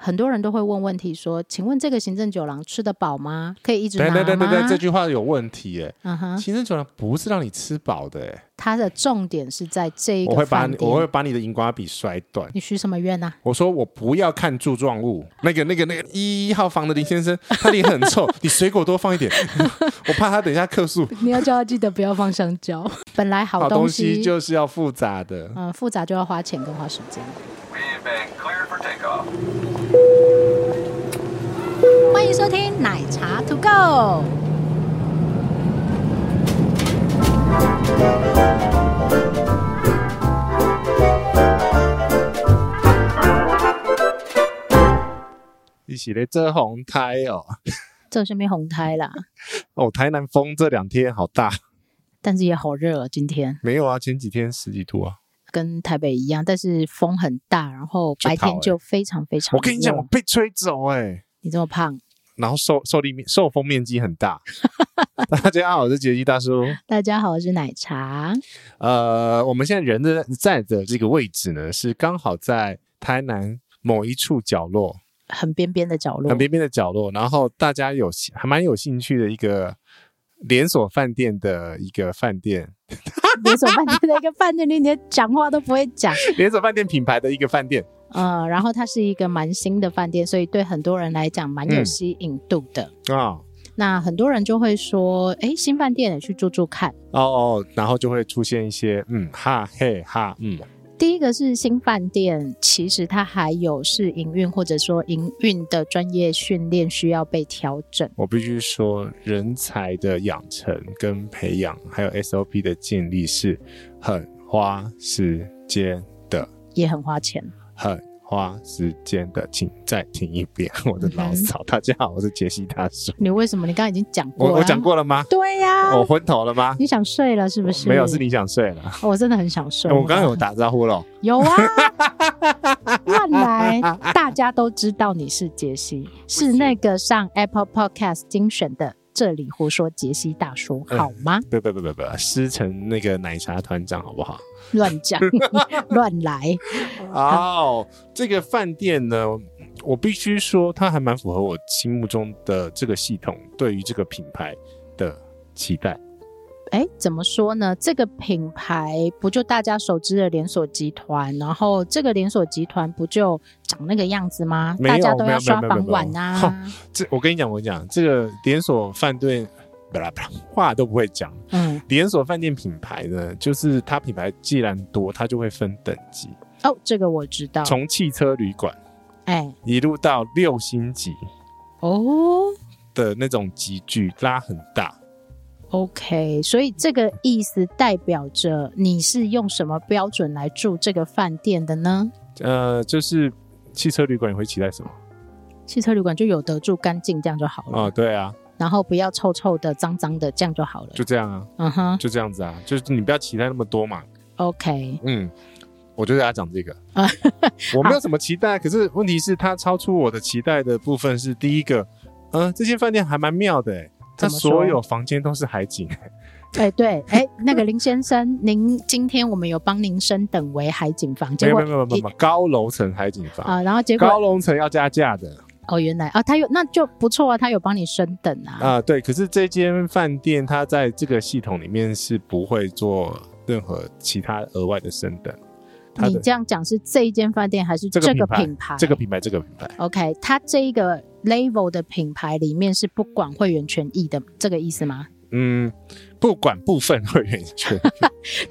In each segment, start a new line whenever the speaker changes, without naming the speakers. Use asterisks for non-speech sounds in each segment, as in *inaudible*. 很多人都会问问题说，请问这个行政酒廊吃得饱吗？可以一直拿
对
吗？
对对对对，这句话有问题哎。
嗯哼，
行政酒廊不是让你吃饱的哎，
它的重点是在这一
我
个
会把
饭
你
店。
我会把你的荧光笔摔断。
你许什么愿呐、啊
我说我不要看柱状物，那个那个那个一号房的林先生，他脸很
*laughs*
臭，你水果多放一点， *laughs* 我怕他等一下客诉。
*laughs* 你要叫他记得不要放香蕉。 *laughs* 本来好
好
东
东西就是要复杂的。
嗯复杂就要花钱跟花时间。
We've been cleared for takeoff.
欢迎收听奶茶 To Go。
你是咧遮红胎哦，
这是面红胎啦， *laughs*
哦，台南风这两天好大，
但是也好热、啊，今天
没有啊，前几天十几度啊。
跟台北一样，但是风很大，然后白
就跑
天
欸
就非常非常热。
我跟你讲，我被吹走哎、
你这么胖，
然后受受力面受风面积很
*laughs*
大。大家好，我是杰西大叔。
大家好，我是奶茶。
呃，我们现在人的在的这个位置呢，是刚好在台南某一处角落，
很边边的角落，
很边边的角落。然后大家有兴还蛮有兴趣的一个连锁饭店的一个饭店， *laughs*
连锁饭店的一个饭店，你连讲话都不会讲。
连锁饭店品牌的一个饭店。
呃，然后它是一个蛮新的饭店，所以对很多人来讲蛮有
嗯
吸引度的。
啊、
那很多人就会说，哎，新饭店也去住住看。
哦哦，然后就会出现一些嗯哈嘿哈嗯，
第一个是新饭店，其实它还有是营运或者说营运的专业训练需要被调整。
我必须说，人才的养成跟培养，还有 SOP 的建立是很花时间的，
也很花钱。
很花时间的，请再听一遍我的牢骚。大家好，我是杰西大叔。
你为什么？你刚刚已经讲过
我
了。啊
我讲。过了吗？
对呀、
我昏头了吗？
你想睡了是不是？
没有，是你想睡了。
哦。我真的很想睡。
哎我刚刚有打招呼了，
有
*laughs*
啊，乱来！大家都知道你是杰西，是那个上 Apple Podcast 精选的《这里胡说杰西大叔》，
嗯
好吗？
不不不不不，师承那个奶茶团长好不好？
乱
*laughs*
讲，乱来。
哦，这个饭店呢，我必须说，它还蛮符合我心目中的这个系统对于这个品牌的期待。
哎，怎么说呢？这个品牌不就大家熟知的连锁集团，然后这个连锁集团不就长那个样子吗？
没有
大家都
没有
要刷
没有没有
房晚
没有
啊。
这我跟你讲，我跟你讲这个连锁饭店，巴拉巴拉话都不会讲。
嗯，
连锁饭店品牌呢，就是它品牌既然多，它就会分等级，
哦，这个我知道。
从汽车旅馆
哎，
一路到六星级
哦。
的那种集聚，拉很大。
OK，所以这个意思代表着你是用什么标准来住这个饭店的呢？
呃，就是汽车旅馆你会期待什么？
汽车旅馆就有得住，干净这样就好了，
哦，对啊，
然后不要臭臭的、脏脏的，这样就好了。
就这样啊。
嗯哼
就这样子啊，就是你不要期待那么多嘛。
，OK，
嗯，我就给他讲这个
啊，
我没有什么期待，可是问题是它超出我的期待的部分是第一个，嗯、这间饭店还蛮妙的、欸，它
怎么说
所有房间都是海景，
哎、对，哎、
*laughs*
那个林先生，您今天我们有帮您升等为海景房，
没
结
有
果
没有没有没有没有高楼层海景
啊、
房，
然后结
高
果
楼层要加价的
哦，原来啊，他有那就不错啊，他有帮你升等啊，
啊、对，可是这间饭店它在这个系统里面是不会做任何其他额外的升等，它
你
的
这样讲是这一间饭店还是
这
这个
个
品
品
牌？
这个品牌这个品牌
OK，它这一个 level 的品牌里面是不管会员权益的，这个意思吗？
嗯，不管部分会员
*laughs*
权，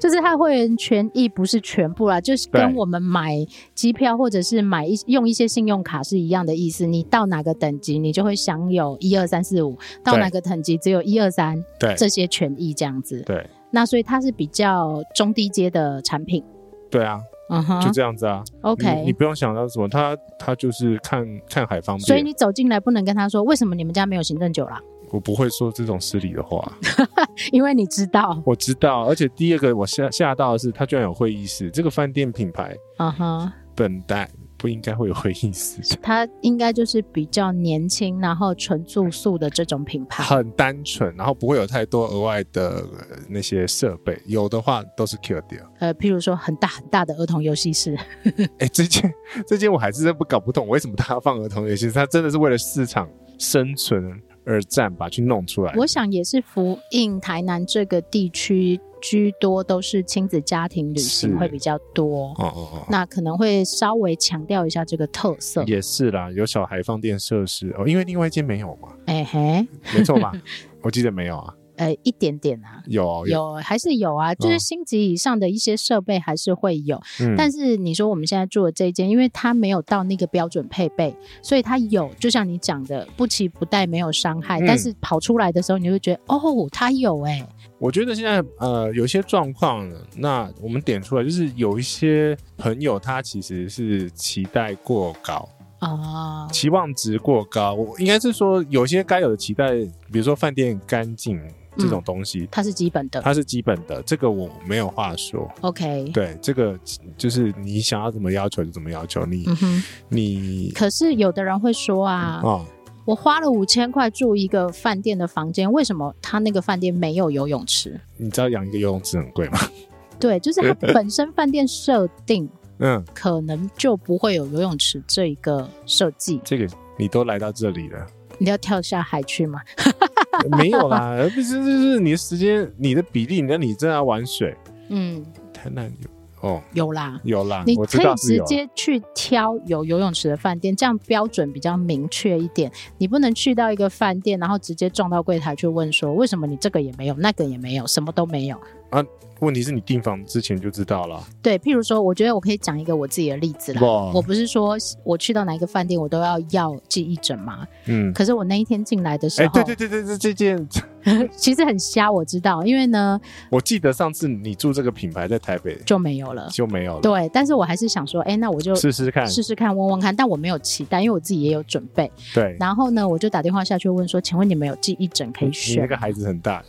就是它会员权益不是全部啦，就是跟
对
我们买机票或者是买一用一些信用卡是一样的意思。你到哪个等级，你就会享有一二三四五；到
对
哪个等级只有一二三
对
这些权益这样子。
对
那所以它是比较中低阶的产品。
对啊，
嗯
就
哼
这样子啊。你你
，OK。
不用想到什么，他他就是看看海方便。
所以你走进来不能跟他说为什么你们家没有行政酒廊，
我不会说这种失礼的话，
因为你知道，
我知道。而且第二个我吓吓到的是，他居然有会议室。这个饭店品牌
嗯哼，
本来不应该会有会议室的，
它应该就是比较年轻，然后纯住宿的这种品牌。
很单纯，然后不会有太多额外的呃那些设备，有的话都是 Q 掉。 *laughs*
呃，譬如说很大很大的儿童游戏室，
哎、这 *laughs* 件这件我还是真不搞不懂，为什么他要放儿童游戏？他真的是为了市场生存而战吧，去弄出来。
我想也是福映台南这个地区居多都是亲子家庭旅
是
行会比较多，
哦哦哦，
那可能会稍微强调一下这个特色。
也是啦，有小孩放电设施哦，因为另外一间没有嘛，
哎嘿，
没
*laughs*
错吧？我记得没有啊，
呃，一点点啊。
哦有
有还是有啊，就
嗯
是星级以上的一些设备还是会有，
嗯
但是你说我们现在住的这一间，因为它没有到那个标准配备，所以它有，就像你讲的，不期不待，没有伤害。
嗯
但是跑出来的时候，你会觉得哦，它有哎、
我觉得现在呃有一些状况呢，那我们点出来就是有一些朋友他其实是期待过高，
啊、
期望值过高。我应该是说有些该有的期待，比如说饭店干净这
嗯
种东西，
它是基本的。
它是基本的，这个我没有话说。
哎 OK，
对，这个就是你想要怎么要求就怎么要求，你、
嗯哼。
你
可是有的人会说啊，
哦，
我花了五千块住一个饭店的房间，为什么他那个饭店没有游泳池？
你知道养一个游泳池很贵吗？
对，就是
*laughs*
它本身饭店设定
嗯，
可能就不会有游泳池这一个设计。
这个你都来到
*laughs*
这里了。
你要跳下海去吗？
没有啦，而不是就是你的时间、你的比例，那你真的要玩水，
嗯，
台南有哦，
有啦，
有啦，
你
我知
可
道
以
是
直
有啦。
接去挑有游泳池的饭店，这样标准比较明确一点。你不能去到一个饭店，然后直接撞到柜台去问说为什么你这个也没有，那个也没有，什么都没有。
问题是你订房之前就知道了，
对，譬如说，我觉得我可以讲一个我自己的例子啦。
哇
我不是说我去到哪一个饭店，我都要要记忆枕嘛。
嗯，
可是我那一天进来的时
哎、
候，
对对对对对，这件
其实很瞎，我知道，因为呢
我记得上次你住这个品牌在台北
就没有了。
就没有了，
对，但是我还是想说，哎，那我就
试试看，
试试看，问问看。但我没有期待，因为我自己也有准备。
对。
然后呢，我就打电话下去问说：“请问你们有记忆枕可以
你那
选
个孩子很大，？”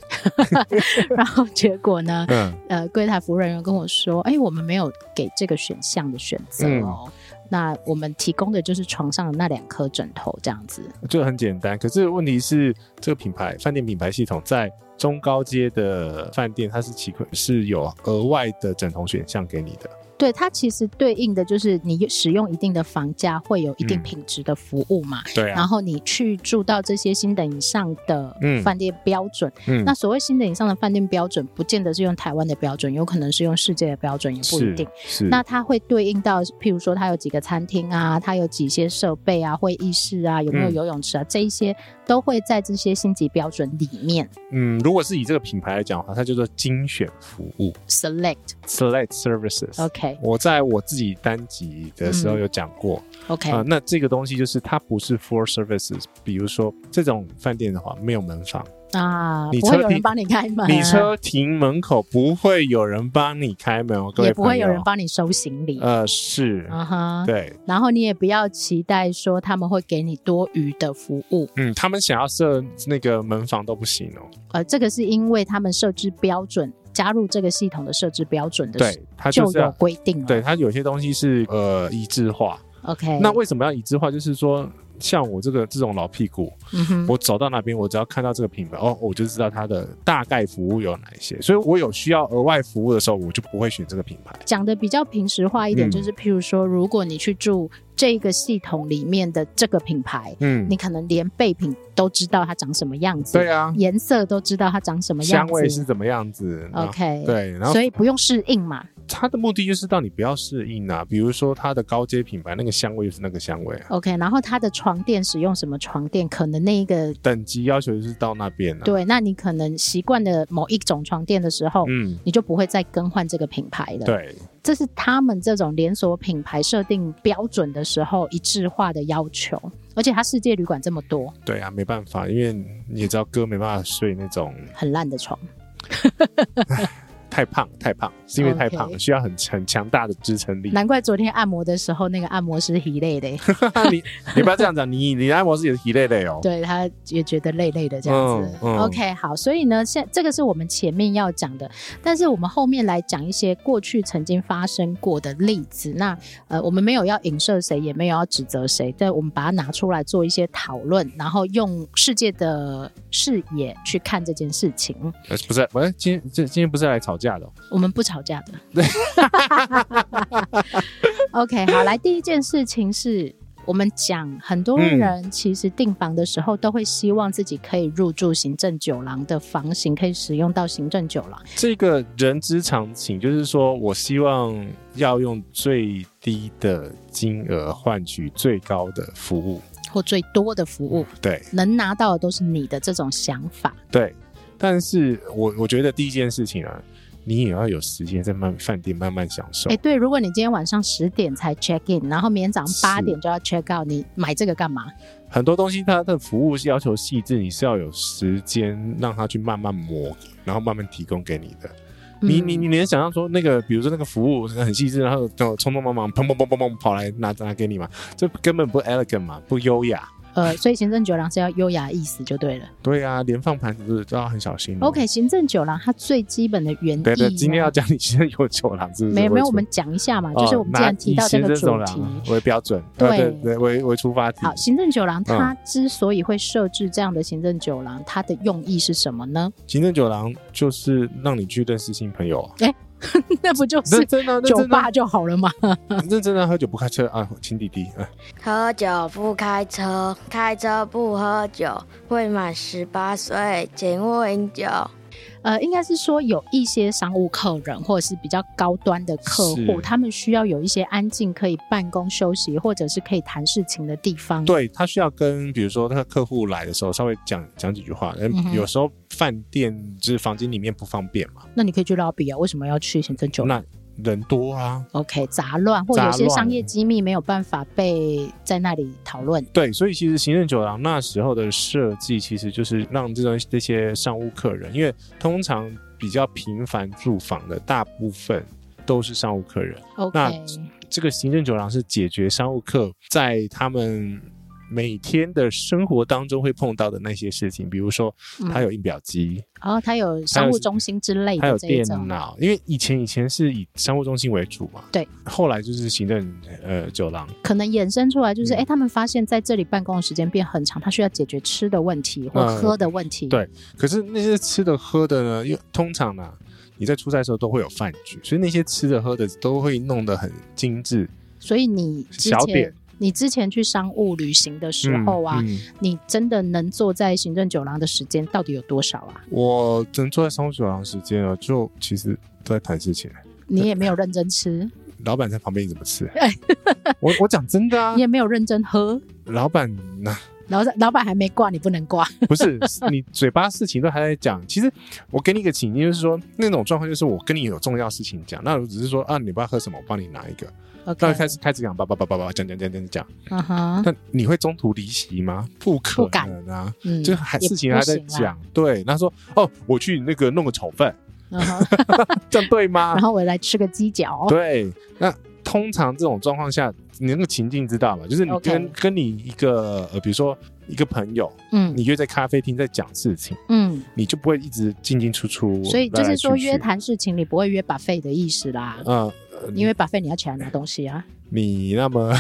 *laughs* 然后结果呢，
嗯，
呃，柜台服务人员跟我说：“哎，我们没有给这个选项的选择
嗯
哦。那我们提供的就是床上的那两颗枕头这样子。
就很简单。可是问题是，这个品牌饭店品牌系统在中高阶的饭店，它是提供是有额外的枕头选项给你的。
对，它其实对应的就是你使用一定的房价，会有一定
嗯
品质的服务嘛。
对
然
啊，
后你去住到这些星等以上的
嗯
饭店标准，
嗯
那所谓星等以上的饭店标准，不见得是用台湾的标准，有可能是用世界的标准，也不一
是
定。
是
那它会对应到，譬如说它有几个餐厅啊，它有几些设备啊，会议室啊，有没有
嗯
游泳池啊，这一些都会在这些星级标准里面
嗯，如果是以这个品牌来讲的话，它叫做精选服务
select。
（Select Services）。 *laughs*
OK
我在我自己单集的时候
嗯
有讲过啊、
OK，、
那这个东西就是它不是 for services，比如说这种饭店的话，没有门房，
啊，
你
不会
车
有人
停
帮你开门，
你车停门口不会有人帮你开门哦，各位
也不会有
朋友
人帮你收行李。
呃是，
嗯哼，
对，
然后你也不要期待说他们会给你多余的服务，
嗯，他们想要设那个门房都不行哦，
呃，这个是因为他们设置标准加入这个系统的设置标准的
对，他就
就是有
要。
规定了。
对它有些东西是呃一致化，
，OK，
那为什么要一致化？就是说，像我这个这种老屁股，
嗯哼，
我走到那边，我只要看到这个品牌，哦，我就知道它的大概服务有哪一些。所以我有需要额外服务的时候，我就不会选这个品牌。
讲的比较平实化一点，
嗯
就是譬如说，如果你去住这个系统里面的这个品牌，
嗯
你，可能连备品都知道它长什么样子，
对啊，
颜色都知道它长什么
香
样
味是
子
怎么样子然后
，OK，，
对，然后
所以不用适应嘛。
它的目的就是让你不要适应啊。比如说它的高阶品牌，那个香味就是那个香味啊，
OK，然后它的床垫使用什么床垫，可能那一个
等级要求就是到那边了、啊。
对，那你可能习惯的某一种床垫的时候，
嗯，
你就不会再更换这个品牌了。，
对，
这是他们这种连锁品牌设定标准的时候一致化的要求，而且它世界旅馆这么多，
对啊，没办法，因为你也知道哥没办法睡那种
很烂的床。
太太胖，太胖，是因为太胖
OK
需要很很强大的支撑力。
难怪昨天按摩的时候，那个按摩师疲累的，
*laughs* 你你不要这样讲，你你按摩师也是疲累累哦。
对，他也觉得累累的这样子。
嗯嗯
OK，好，所以呢，现这个是我们前面要讲的，但是我们后面来讲一些过去曾经发生过的例子。那呃，我们没有要影射谁，也没有要指责谁，但我们把它拿出来做一些讨论，然后用世界的视野去看这件事情。
呃不是，喂，今天这今天不是来吵架的哦、
我们不吵架的。OK，好，来第一件事情是。我们讲，很多
嗯
人其实订房的时候都会希望自己可以入住行政酒廊的房型，可以使用到行政酒廊。
这个人之常情，就是说我希望要用最低的金额换取最高的服务。
或最多的服务，
对
能拿到的都是你的这种想法。
对，但是我我觉得第一件事情啊，你也要有时间在慢饭店慢慢享受
哎、。对，如果你今天晚上十点才 check in，然后明天早上八
是
点就要 check out，你买这个干嘛？
很多东西它的服务是要求细致，你是要有时间让它去慢慢磨，然后慢慢提供给你的。你你
嗯
你能想象说那个，比如说那个服务很细致，然后就匆匆忙忙砰砰砰砰砰跑来拿拿给你嘛，这根本不 elegant 嘛，不优雅。
呃，所以行政酒廊是要优雅意思就对了。
对啊，连放盘子都要很小心哦、
OK，行政酒廊它最基本的原意
对对，今
呢
天要讲你现在有酒廊是不是？
没有没有，
为哦
我们讲一下嘛，就是我们既然提到这个主题。
为标准，
对
呃对对，为为出发题。
好，行政酒
嗯
廊它之所以会设置这样的行政酒廊，它的用意是什么
*laughs*
呢？
行政酒廊就是让你去认识新朋友啊，
那不就
认
是
真啊的，认
酒
真的
吧，就好了嘛？
认真的喝酒不开车啊，请弟弟啊，
喝酒不开车，开车不喝酒，未满十八岁请勿饮酒。
呃，应该是说有一些商务客人或者是比较高端的客户，
是
他们需要有一些安静可以办公休息，或者是可以谈事情的地方。
对他需要跟比如说他客户来的时候稍微讲讲几句话，呃
嗯哼
有时候饭店就是房间里面不方便嘛，
那你可以去 lobby 啊，为什么要去行政酒廊
那人多啊，
？OK，杂乱或有
杂
些
乱
商业机密没有办法被在那里讨论。
对，所以其实行政酒廊那时候的设计，其实就是让这种这些商务客人，因为通常比较频繁住房的大部分都是商务客人，那
OK，
这个行政酒廊是解决商务客在他们。每天的生活当中会碰到的那些事情，比如说
嗯
他有印表机，
然哦后它有商务中心之类
他
哎
有
的这一
电
种，
脑，因为以前以前是以商务中心为主嘛，
对，
后来就是行政呃酒廊，
可能衍生出来就是，
嗯
哎、他们发现在这里办公的时间变很长，他需要解决吃的问题或喝的问题。
嗯对可是那些吃的喝的呢，又通常呢、你在出差的时候都会有饭局，所以那些吃的喝的都会弄得很精致。
所以你之
小
前
点
你之前去商务旅行的时候啊，
嗯嗯
你真的能坐在行政酒廊的时间到底有多少啊？
我能坐在商务酒廊时间啊，就其实都在谈事情，
你也没有认真吃，
老板在旁边你怎么吃？啊 *laughs* 我我讲真的
*laughs*
啊
你，也没有认真喝，
老板呐、
老老板还没挂，你不能挂。
不是你嘴巴事情都还在讲。其实我给你一个情境，就是说那种状况，就是我跟你有重要事情讲，那我只是说啊，你不要喝什么，我帮你拿一个。
OK，
那开始开始讲，叭叭叭叭叭，讲讲讲讲讲。
嗯哼，
那你会中途离席吗？不可
不敢
能啊！
嗯，
就还
也
事情还在
不行啊啦
讲，对，他说哦，我去那个弄个炒饭， *laughs*
嗯哼
这样对吗
然？后我来吃个鸡脚。
对，那通常这种状况下，你那个情境知道吗？就是你
OK
跟跟你一个呃，比如说一个朋友，
嗯
你约在咖啡厅在讲事情，
嗯，
你就不会一直进进出出，
所以就是说约
他，
谈事情，你不会约把费的意思啦。
嗯，
因为把费你要起来拿东西
*laughs*
啊。
你
*laughs*
那么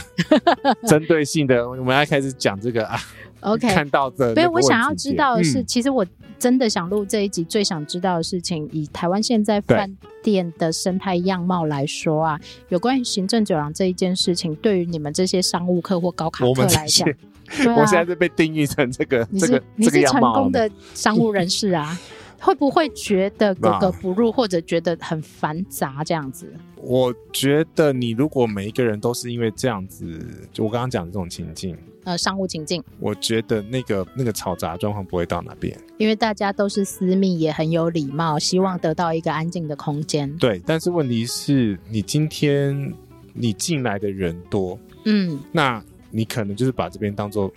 针对性的，我们要开始讲这个啊
OK，
看到的那个
所以我
问题点，
想要知道的是，
嗯
其实我真的想录这一集，最想知道的事情，以台湾现在
对
饭店的生态样貌来说啊，有关于行政酒廊这一件事情，对于你们这些商务客或高卡
我
客
们
来
这
讲
些，
对
*laughs* 我现在
啊，
是被定义成这个
你
这
是、
个
你
这个
是
样
成
貌了
功的商务人士
*laughs*
啊。会不会觉得格
啊
格不入，或者觉得很繁杂这样子？
我觉得你如果每一个人都是因为这样子，就我刚刚讲的这种情境，
呃，商务情境，
我觉得那个那个嘈杂状况不会到哪边。
因为大家都是私密，也很有礼貌，希望得到一个安静的空间。
对，但是问题是你今天你进来的人多，
嗯，
那你可能就是把这边当做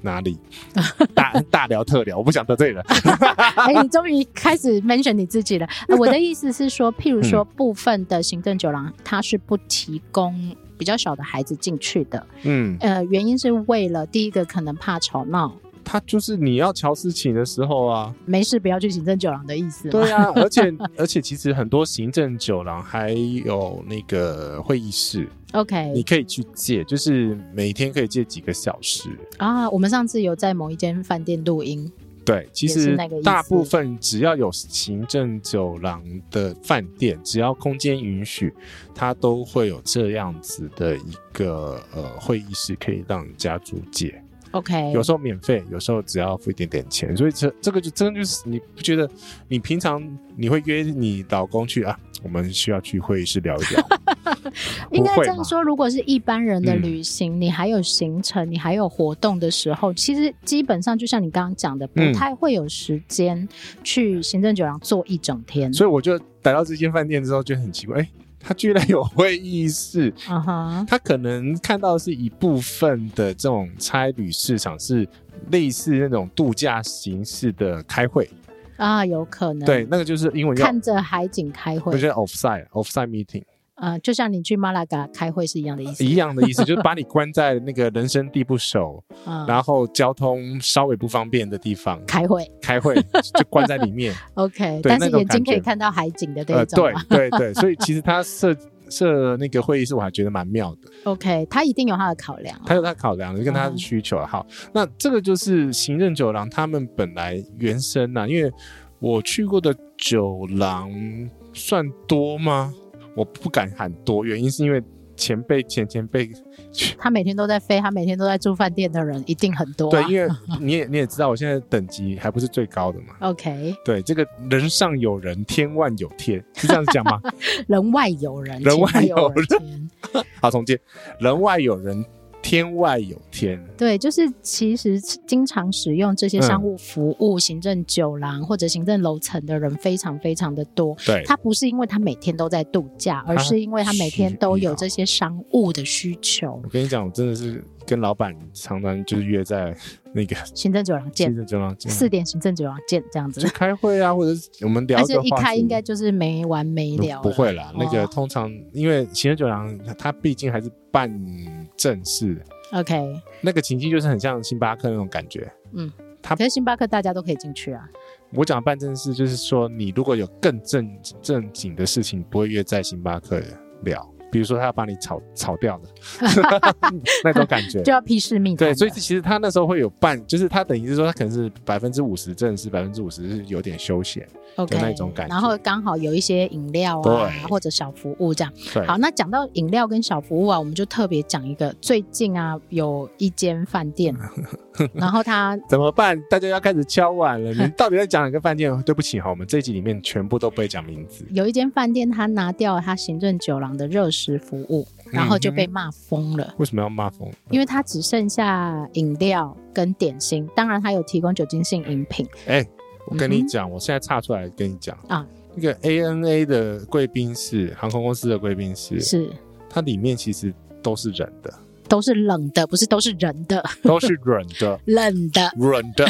哪
*laughs*
里大大聊特聊，我不想得罪人。
*laughs* 哎、你终于开始 mention 你自己了。呃我的意思是说，譬如说
嗯
部分的行政酒廊，它是不提供比较小的孩子进去的。
嗯，
呃，原因是为了第一个可能怕吵闹，
他就是你要乔思琴的时候啊，
没事不要去行政酒廊的意思嘛。
对
*laughs*
啊，而且而且其实很多行政酒廊还有那个会议室，你
OK
可以去借，就是每天可以借几个小时。
啊，我们上次有在某一间饭店录音，
对，其
也是
实
那个意思
大部分只要有行政酒廊的饭店，只要空间允许，它都会有这样子的一个呃会议室可以让人家租借。
OK，
有时候免费，有时候只要付一点点钱，所以这这个就真的就是你不觉得你平常你会约你老公去啊？我们需要去会议室聊一聊，
*laughs* 应该这
不会
样
嘛
说，如果是一般人的
嗯
旅行，你还有行程，你还有活动的时候，其实基本上就像你刚刚讲的，不
嗯
太会有时间去行政酒廊坐一整天。
所以我就来到这间饭店之后，就很奇怪，哎、他居然有会议室，
嗯哼，
他可能看到的是一部分的这种差旅市场是类似那种度假形式的开会，
啊，有可能
对，那个就是英文叫
看着海景开
我
会，
觉得 offside offside meeting
呃，就像你去马拉嘎开会是一样的意思。
一样的意思，就是 *laughs* 把你关在那个人生地不熟，
嗯，
呃然后交通稍微不方便的地方
开会 *laughs*
开会，就关在里面。
OK，
对
但是
那种
眼睛
感
可以
觉
看到海景的那
呃，
一种
对
啊。
对对，所以其实他设设那个会议室，我还觉得蛮妙
嗯
的。
OK，他一定有他的考量啊。
他有他考量，跟他的需求啊好。那这个就是行政酒廊，他们本来原生呐、因为我去过的酒廊算多吗？我不敢喊多，原因是因为前辈前前辈去。
他每天都在飞，他每天都在住饭店的人一定很多、啊。
对，因为你也你也知道，我现在等级还不是最高的嘛。
OK，
对，这个人上有人，天外有天，是这样子讲吗？
人外有人，
人外
天有
有人
天。
*laughs* 好，总结，人外有人，天外有天。
对，就是其实经常使用
嗯
这些商务服务、行政酒廊或者行政楼层的人非常非常的多。
对，
他不是因为他每天都在度假，而是因为他每天都有这些商务的需求
我。跟你讲，我真的是跟老板常常就是约在那个
行政酒廊见，
政酒廊见
四点行政酒廊见这样
嗯就
子，
开会啊，或者是我们聊
而
个
且
话题。嗯
一开应该就是没完没了了。
不会啦，那个
哦
通常因为行政酒廊它毕竟还是半正式，
OK，
那个情境就是很像星巴克那种感觉。他
可是星巴克大家都可以进去啊。
我讲半正式就是说，你如果有更正正经的事情，不会约在星巴克聊，比如说他要把你炒炒掉的 *laughs* 那种感觉
就。要批示命。
对，所以其实他那时候会有半，就是他等于是说，他可能是百分之五十正式，百分之五十是有点休闲。
OK
有那种感觉
然后刚好有一些饮料啊，
对
或者小服务这样。
对，
好，那讲到饮料跟小服务啊，我们就特别讲一个，最近啊有一间饭
*laughs*
店，然后它
怎么办？大家要开始敲碗 *laughs* 了。你到底在讲哪个饭店？对不起哈，我们这一集里面全部都不会讲名字。
有一间饭店，它拿掉了它行政酒廊的热食服务，
嗯
然后就被骂疯了。
*laughs* 为什么要骂疯？
因为它只剩下饮料跟点心，当然它有提供酒精性饮品
哎我跟你讲，我现在岔出来跟你讲
啊。
那个 ANA 的贵宾室，航空公司的贵宾室，
是
它里面其实都是人的，
都是冷的，不是都是人的， *laughs*
都是软的，
冷的、
软的，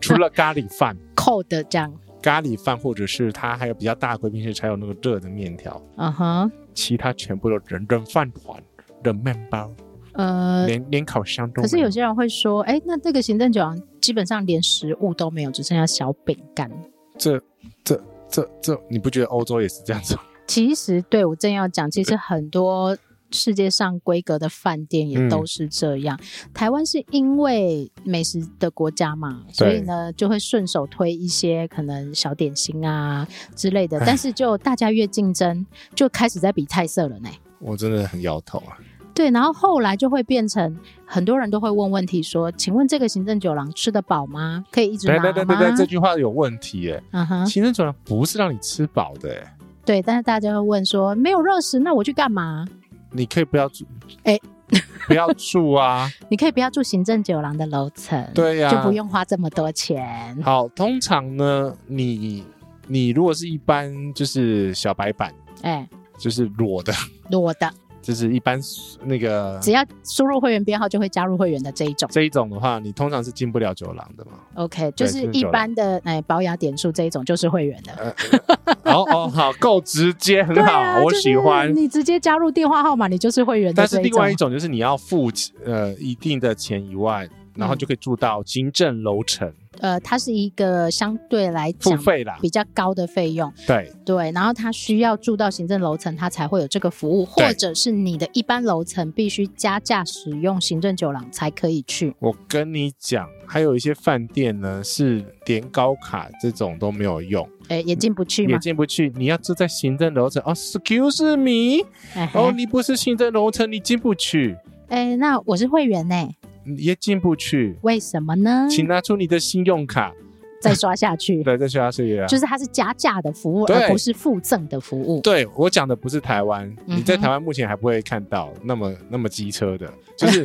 除了咖喱饭。
扣的这样。
咖喱饭，或者是它还有比较大的贵宾室才有那个热的面条，
嗯哼，
其他全部都人人饭团、人面包，
呃，
连连烤箱都没有。
可是有些人会说，哎、那这个行政酒廊基本上连食物都没有，只剩下小饼干。
这这这这，你不觉得欧洲也是这样子吗？
其实对我正要讲，其实很多世界上规格的饭店也
嗯
都是这样。台湾是因为美食的国家嘛，所以呢就会顺手推一些可能小点心啊之类
*laughs*
的。但是就大家越竞争，就开始在比菜色了呢。
*laughs* 我真的很摇头啊！
对，然后后来就会变成很多人都会问问题说：“请问这个行政酒廊吃得饱吗？可以一直拿
对
吗
对对对对，这句话有问题耶！？”
嗯哼，
行政酒廊不是让你吃饱的耶，
对。但是大家会问说：“没有热食，那我去干嘛？
你可以不要住，
哎，
*laughs* 不要
*laughs*
住啊！
你可以不要住行政酒廊的楼层。”
对啊呀、
就不用花这么多钱。
好，通常呢，你你如果是一般就是小白板，
哎，
就是裸的，
裸的
就是一般那个
只要输入会员编号就会加入会员的这一种。
这一种的话，你通常是进不了酒廊的嘛。
OK，就是
就是
一
酒廊
般的哎保雅点数这一种就是会员的。
哦哦，好，够直接，很
对
好，
啊，
我
就是
喜欢。
你直接加入电话号码，你就是会员的
但
这
是
一
另
种
外一。种就是你要付呃一定的钱以外，然后
嗯
就可以住到行政楼层，
呃，它是一个相对来
付
讲
费啦。
比较高的费用，
对
对，然后它需要住到行政楼层，它才会有这个服务，
对
或者是你的一般楼层必须加价使用行政酒廊才可以去。
我跟你讲，还有一些饭店呢是连高卡这种都没有用，
哎，也进不去
也
吗？
进不去。你要住在行政楼层哦，Excuse me，
哎
哦，
嘿，
你不是行政楼层，你进不去，
哎，那我是会员呢，
你也进不去。
为什么呢？
请拿出你的信用卡，
*laughs* 再刷下去，
*laughs* 对，这需要是也
就是它是加价的服务，
对
而不是附赠的服务。
对我讲的不是台湾，
嗯哼
你在台湾目前还不会看到那么那么机车的，就是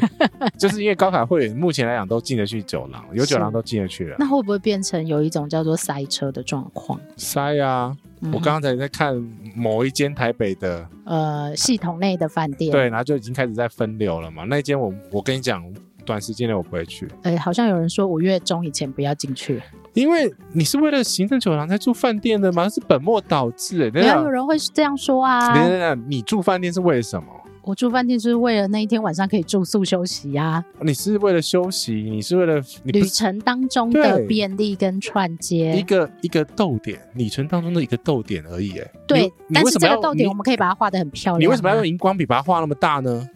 就是因为高卡会员目前来讲都进得去酒廊，有酒廊
是
都进得去了。
那会不会变成有一种叫做塞车的状况？
塞啊！
嗯
我刚才在看某一间台北的，
呃系统内的饭店，，
对，然后就已经开始在分流了嘛。那一间我我跟你讲，短时间内我不会去，
呃，好像有人说五月中以前不要进去，
因为你是为了行政酒廊才住饭店的吗？是本末倒置、欸。等
没
等
有有人会这样说
等等
啊。
等等，你住饭店是为了什么？
我住饭店就是为了那一天晚上可以住宿休息啊，
你是为了休息，你是为了你不
旅
是
程当中的
对
便利跟串
一
接。
个一个逗点，里程当中的一个逗点而已。哎，
对
你，你
但
为
是
什么
这
要
个逗点我们可以把它画的很漂亮啊。
你为什么要用荧光笔把它画那么大呢？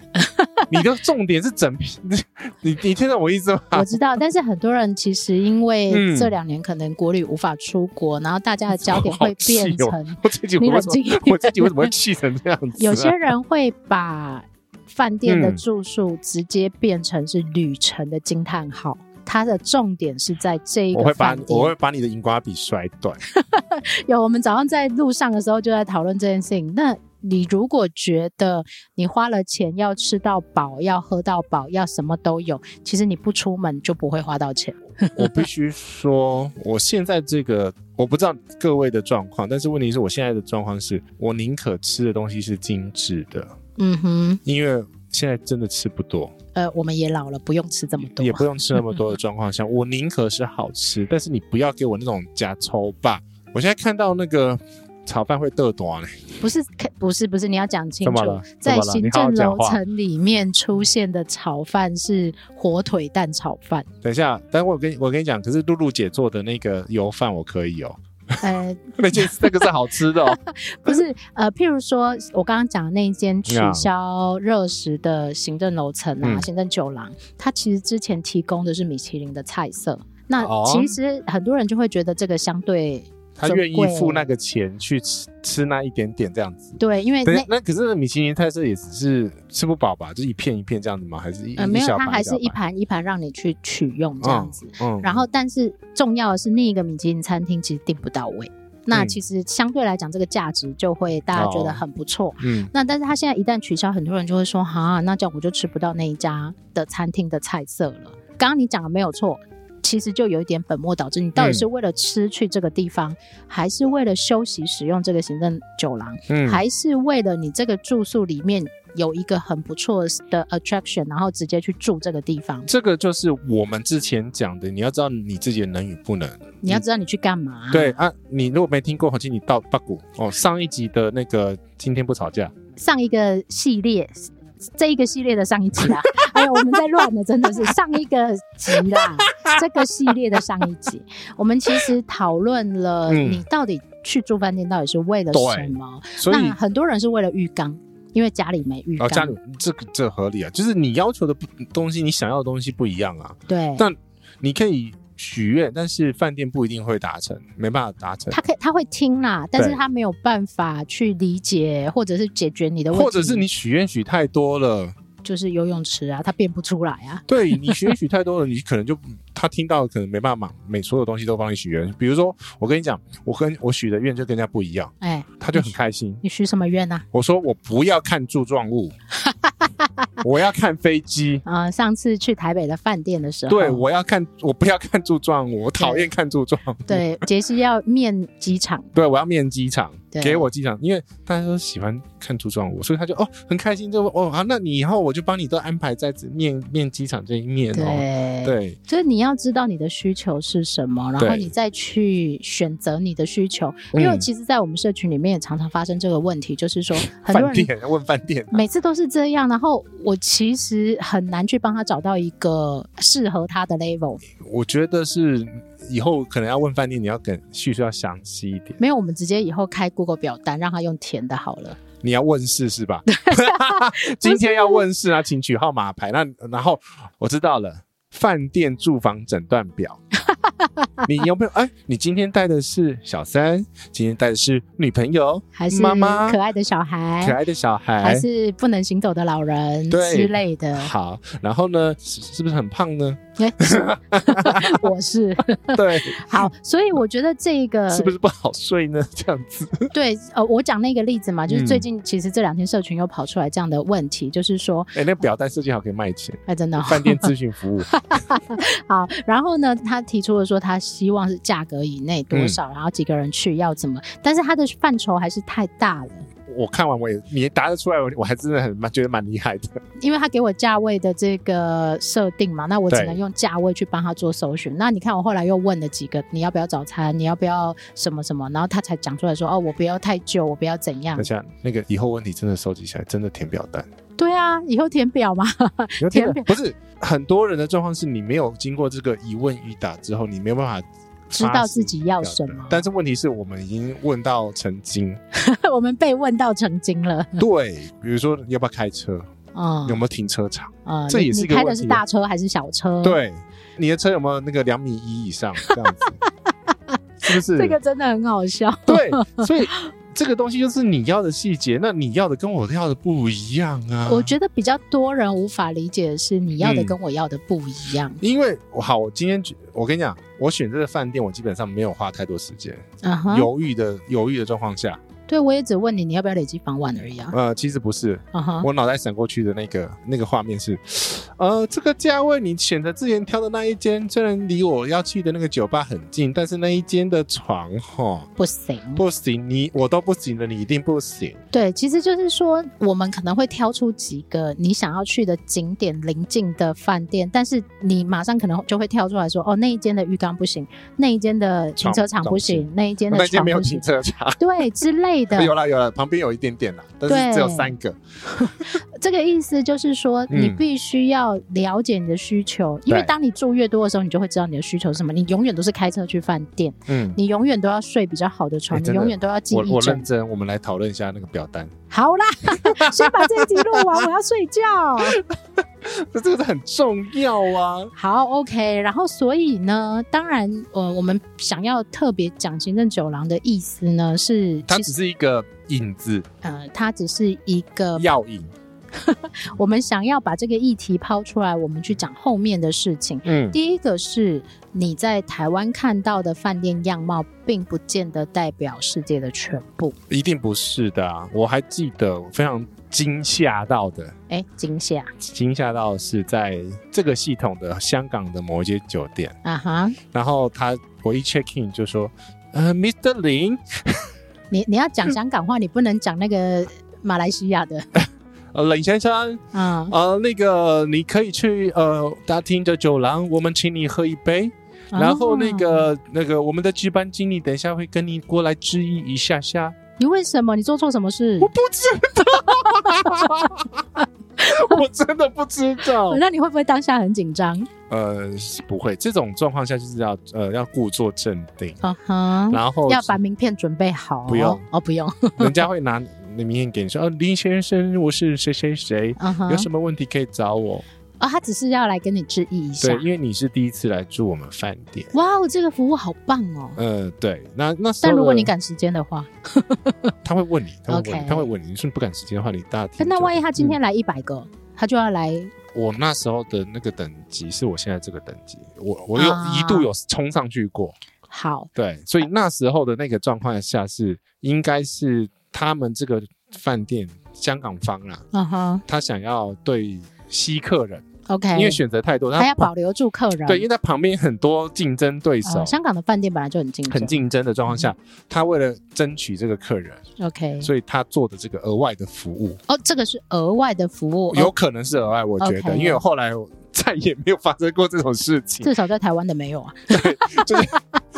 你的重点是整片， *laughs* 你你听懂我意思吗？
我知道，但是很多人其实因为
嗯
这两年可能国旅无法出国，然后大家的焦点
*laughs* 好
会变
气哦
成
我自己
你
为
冷
什
静一
么
点
我自己为什么会气成这样子、啊？
*laughs* 有些人会把饭店的
嗯
住宿直接变成是旅程的惊叹号。它的重点是在这一
我
个
会把
饭
我
店。
会把你的荧光笔摔断。
有，我们早上在路上的时候就在讨论这件事情。那你如果觉得你花了钱要吃到饱、要喝到饱、要什么都有，其实你不出门就不会花到钱。
我必须说，我现在这个我不知道各位的状况，但是问题是我现在的状况是我宁可吃的东西是精致的，
嗯哼，
因为现在真的吃不多。
呃，我们也老了，不用吃这么多
也。不用吃那么
*laughs*
多的状况下，我宁可是好吃，但是你不要给我那种假抽吧。我现在看到那个炒饭会嘚短嘞，
不是，不是，不是，你要讲清
怎么
楚
了，
在
怎么了
行
你好好
政
讲
楼
话
层里面出现的炒饭是火腿蛋炒
*laughs*
饭。
等一下，但我跟我跟你讲，可是露露姐做的那个油饭我可以哦，
呃，
那件那个是好
*laughs*
吃的哦。
不是，呃，譬如说我刚刚讲的那一间取
啊
消热食的行政楼层啊、
嗯
行政酒廊，它其实之前提供的是米其林的菜色。那
哦
其实很多人就会觉得这个相对
她愿意付那个钱去吃吃那一点点这样子。
对，因为
等一
那
下，那可是米其林菜色也只是吃不饱吧？就一片一片这样子吗？还是一、
呃
一
没有，
小
它
盘
还是一
小盘
盘一盘让你去取用这样子。
嗯，
然后，但是重要的是，另一个米其林餐厅其实订不到位。那
嗯
其实相对来讲，这个价值就会大家觉得
哦
很不错。
嗯
那但是他现在一旦取消，很多人就会说，哈，那这样我就吃不到那一家的餐厅的菜色了。刚刚你讲的没有错，其实就有一点本末倒置。你到底
嗯
是为了吃去这个地方，还是为了休息使用这个行政酒廊，
嗯，
还是为了你这个住宿里面有一个很不错的 attraction，然后直接去住这个地方？
这个就是我们之前讲的，你要知道你自己的能与不能。
你要知道你去干嘛、
嗯 *laughs* 对，啊，你如果没听过，请你到八股哦。上一集的那个今天不吵架，
上一个系列。这一个系列的上一集啦， *laughs* 哎呀，我们在乱了，真的是上一个集
*laughs*
啦，这个系列的上一集，我们其实讨论了
嗯
你到底去住饭店到底是为了
对
什么？
所以
那很多人是为了浴缸，因为家里没浴缸，
哦，家里这个这合理啊，就是你要求的不东西，你想要的东西不一样啊。
对，
但你可以许愿，但是饭店不一定会达成，没办法达
*laughs*
成
他，可以他会听啦，但是
对
他没有办法去理解或者是解决你的问题，
或者是你许愿许太多了。
就是游泳池啊，他变不出来啊，
对你许愿许太多了，你可能就他听到可能没办法，每所有东西都帮你许愿。比如说，我跟你讲，我跟我许的愿就跟人家不一样，
哎，
他就很开心。
你许什么愿啊？
我说我不要看柱
*laughs*
状物，我要看飞机。
啊、上次去台北的饭店的时候，
对，我要看，我不要看柱状物，我讨厌看柱状物。
对，杰西要面机场，
对，我要面机场。
对
给我机长，因为大家都喜欢看朱壮武，所以他就哦很开心，就哦啊，那你以后我就帮你都安排在这面面机场这一面
对。
哦。对
就是你要知道你的需求是什么，然后
对
你再去选择你的需求。因为
嗯
其实，在我们社群里面也常常发生这个问题，就是
*laughs*
说很多
饭
人
店问饭店 *laughs* 啊，
每次都是这样，然后我其实很难去帮他找到一个适合他的 level。
我觉得是以后可能要问饭店，你要跟叙述要详细一点，
没有，我们直接以后开 Google 表单，让他用填的好了。
你要问世是吧？ *laughs* 今天要问世啊，请取号码牌。那然后我知道了，饭店住房诊断表。
*laughs*
你有没有？哎，你今天带的是小三，今天带的是女朋友，
还是
妈妈
可爱的小孩，
可爱的小孩，
还是不能行走的老人
对。
之类的
*laughs* 好，然后呢，是是不是很胖
*laughs*
呢？
哎我是 *laughs*
对，
好，呃所以我觉得这个
*laughs* 是不是不好睡呢？这样子，
对呃，我讲那个例子嘛，就是
嗯
最近其实这两天社群又跑出来这样的问题，就是说，
哎，那表单设计好可以卖
*laughs*
钱，
哎，真的哦、
饭店咨询服务，
好，然后呢，他提出了说他希望是价格以内多少，
嗯
然后几个人去要怎么，但是他的范畴还是太大了。
我看完我也你答得出来，我我还真的很蛮觉得蛮厉害的。
因为他给我价位的这个设定嘛，那我只
对
能用价位去帮他做搜寻。那你看，我后来又问了几个，你要不要早餐？你要不要什么什么？然后他才讲出来说，哦，我不要太旧，我不要怎样
等一。下，那个以后问题真的收集起来，真的填表
*laughs*
单。
对啊，以后填表嘛， *laughs*
你要
填
填表不是很多人的状况是你没有经过这个一问一答之后，你没有办法
知
查
道
实
自己要
表
什
达
么。
但是问题是我们已经问到成精，
我们被问到成精了，
对，比如说要不要开车，
嗯
有没有停车场，
嗯，
这
你
也是
你
一个
开的
问
是
题啊
大车还是小车？，
对，你的车有没有那个两米一
*laughs*
以上这样子，是不是？
这个真的很好笑。
对，所以这个东西就是你要的细节，那你要的跟我要的不一样啊。
我觉得比较多人无法理解的是，你要的
嗯
跟我要的不一样。
因为我好，我今天觉我跟你讲，我选这个饭店，我基本上没有花太多时间，
嗯哼，
犹豫的犹豫的状况下，
对我也只问你，你要不要累积房晚而已啊。
呃，其实不是，
嗯哼，
我脑袋闪过去的那个那个画面是，呃，这个价位你选择之前挑的那一间，虽然离我要去的那个酒吧很近，但是那一间的床哈
不行。
不行，你我都不行了，你一定不行。
对，其实就是说，我们可能会挑出几个你想要去的景点临近的饭店，但是你马上可能就会跳出来说，哦，那一间的浴缸不行，那一间的停车场不行，那一间的
那间
床
没有
不
停
行，
车场，
对之类
*laughs*
的。
有啦有啦，旁边有一点点啦，但是只有
对
三个。
这个意思就是说，
嗯
你必须要了解你的需求，因为
对
当你住越多的时候，你就会知道你的需求是什么。你永远都是开车去饭店，
嗯，
你永远都要睡比较好的床，
哎
你
真的
永远都要记
我
忆
我
枕
认。真，我们来讨论一下那个表单， *laughs*
好啦， *laughs* 先把这一集录完，我要睡觉。
*laughs* 这这个很重要啊。
好，OK。然后，所以呢，当然，呃，我们想要特别讲行政酒廊的意思呢，是
它
其
只
实
是一个引子，
呃，它只是一个
药引。
我们想要把这个议题抛出来，我们去讲后面的事情。
嗯，
第一个是你在台湾看到的饭店样貌，并不见得代表世界的全部。
一定不是的啊、我还记得我非常惊吓到的，
哎，惊吓
惊吓到是在这个系统的香港的某一间酒店，
啊哈！
然后他我一 check in 就说，呃，Mr. 林，
你你要讲香港话，你不能讲那个马来西亚
*laughs*
的
呃，冷先生，
啊。
呃，那个你可以去呃大厅的酒廊，我们请你喝一杯。然后那
啊，
个、那个我们的值班经理等一下会跟你过来致意一下下。
你为什么？你做错什么事？
我不知道， *laughs* 我真的不知
*laughs*
道。
哦那你会不会当下很紧张？
呃，不会，这种状况下就是要呃要故作镇定，
啊哈，
然后
要把名片准备好。
不用
哦，不用。
*laughs* 人家会拿那名片给你说，哦，林先生，我是谁谁谁，
啊哈
有，什么问题可以找我。
哦，他只是要来跟你致意一下
对，。因为你是第一次来住我们饭店。
哇哦，这个服务好棒哦！
呃，对，那那时候
但如果你
的，
赶时间的话，
他会问你，他会问
OK
你，他会问你，你说你不赶时间的话，你大厅
那
就
万一他今
嗯
天来一百个，他就要来
我那时候的那个等级是我现在这个等级，我我有
啊
一度有冲上去过，
好
对，所以那时候的那个状况下是应该是他们这个饭店香港方啦，
啊哈，
他想要对西客人
OK，
因为选择太多，
还
它
要保留住客人。
对，因为它旁边很多竞争对手
呃，香港的嗯饭店本来就很竞争，
很竞争的状况下，他为了争取这个客人，
OK，
所以他做的这个额外的服务，
哦，这个是额外的服务，
有
哦
可能是额外，我觉得，
OK
因为我后来我
*laughs*
再也没有发生过这种事情，
至少在台湾的没有
*laughs*
啊。
就是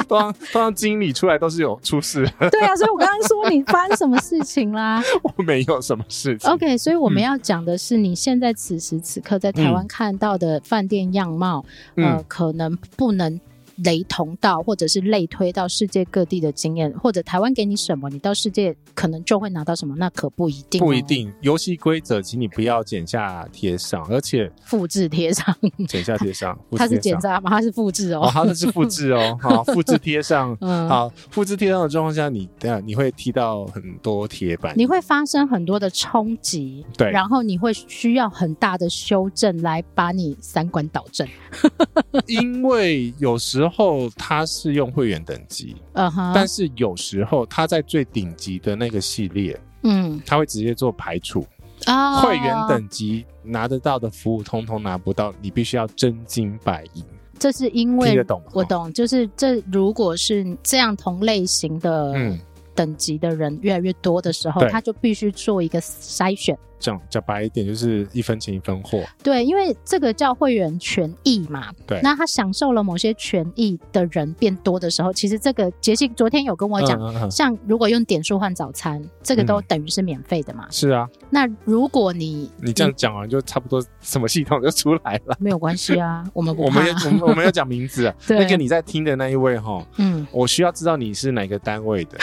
通常通常经理出来都是有出事，
对啊，所以我刚刚说你发生什么事情
*laughs*
啦
我没有什么事情。
？OK，所以我们
嗯
要讲的是你现在此时此刻在台湾看到的饭店样貌，呃
嗯，，
可能不能。雷同到，或者是类推到世界各地的经验，或者台湾给你什么，你到世界可能就会拿到什么，那可不一定、哦
不一，定。游戏规则，请你不要剪下贴上，
*laughs*
而且
复制贴上，
剪下
*laughs*
贴上，复
它是
制贴
检
上。
查吗？它是复制
哦，
哦，
它那是复
*laughs*
制哦，好，复制贴上，
嗯，
好，复制贴上的状况下，你等下你会踢到很多铁板，
你会发生很多的冲击，
对
然后你会需要很大的修正来把你三观导正。
*laughs* 因为有时候它是用会员等级，
嗯哼，
但是有时候它在最顶级的那个系列，
嗯
它会直接做排除，
啊，
会员，等级拿得到的服务通通拿不到，你必须要真金白银，
这是因
听得
为
懂哦吗？
我。懂，就是这如果是这样同类型的
嗯，
等级的人越来越多的时候，
对
他就必须做一个筛选。
讲讲白一点，就是一分钱一分货。
对，因为这个叫会员权益嘛。
对
那他享受了某些权益的人变多的时候，其实这个杰西昨天有跟我讲，
嗯嗯嗯
像如果用点数换早餐，这个都
嗯
等于是免费的嘛。
是啊，
那如果你
你这样讲完就差不多，什么系统就出来了。
没有关系啊，我们不
*laughs* 我
怕，
们要我们我们要讲名字 *laughs* 啊
对
那个你在听的那一位哈，
嗯，
我需要知道你是哪个单位的。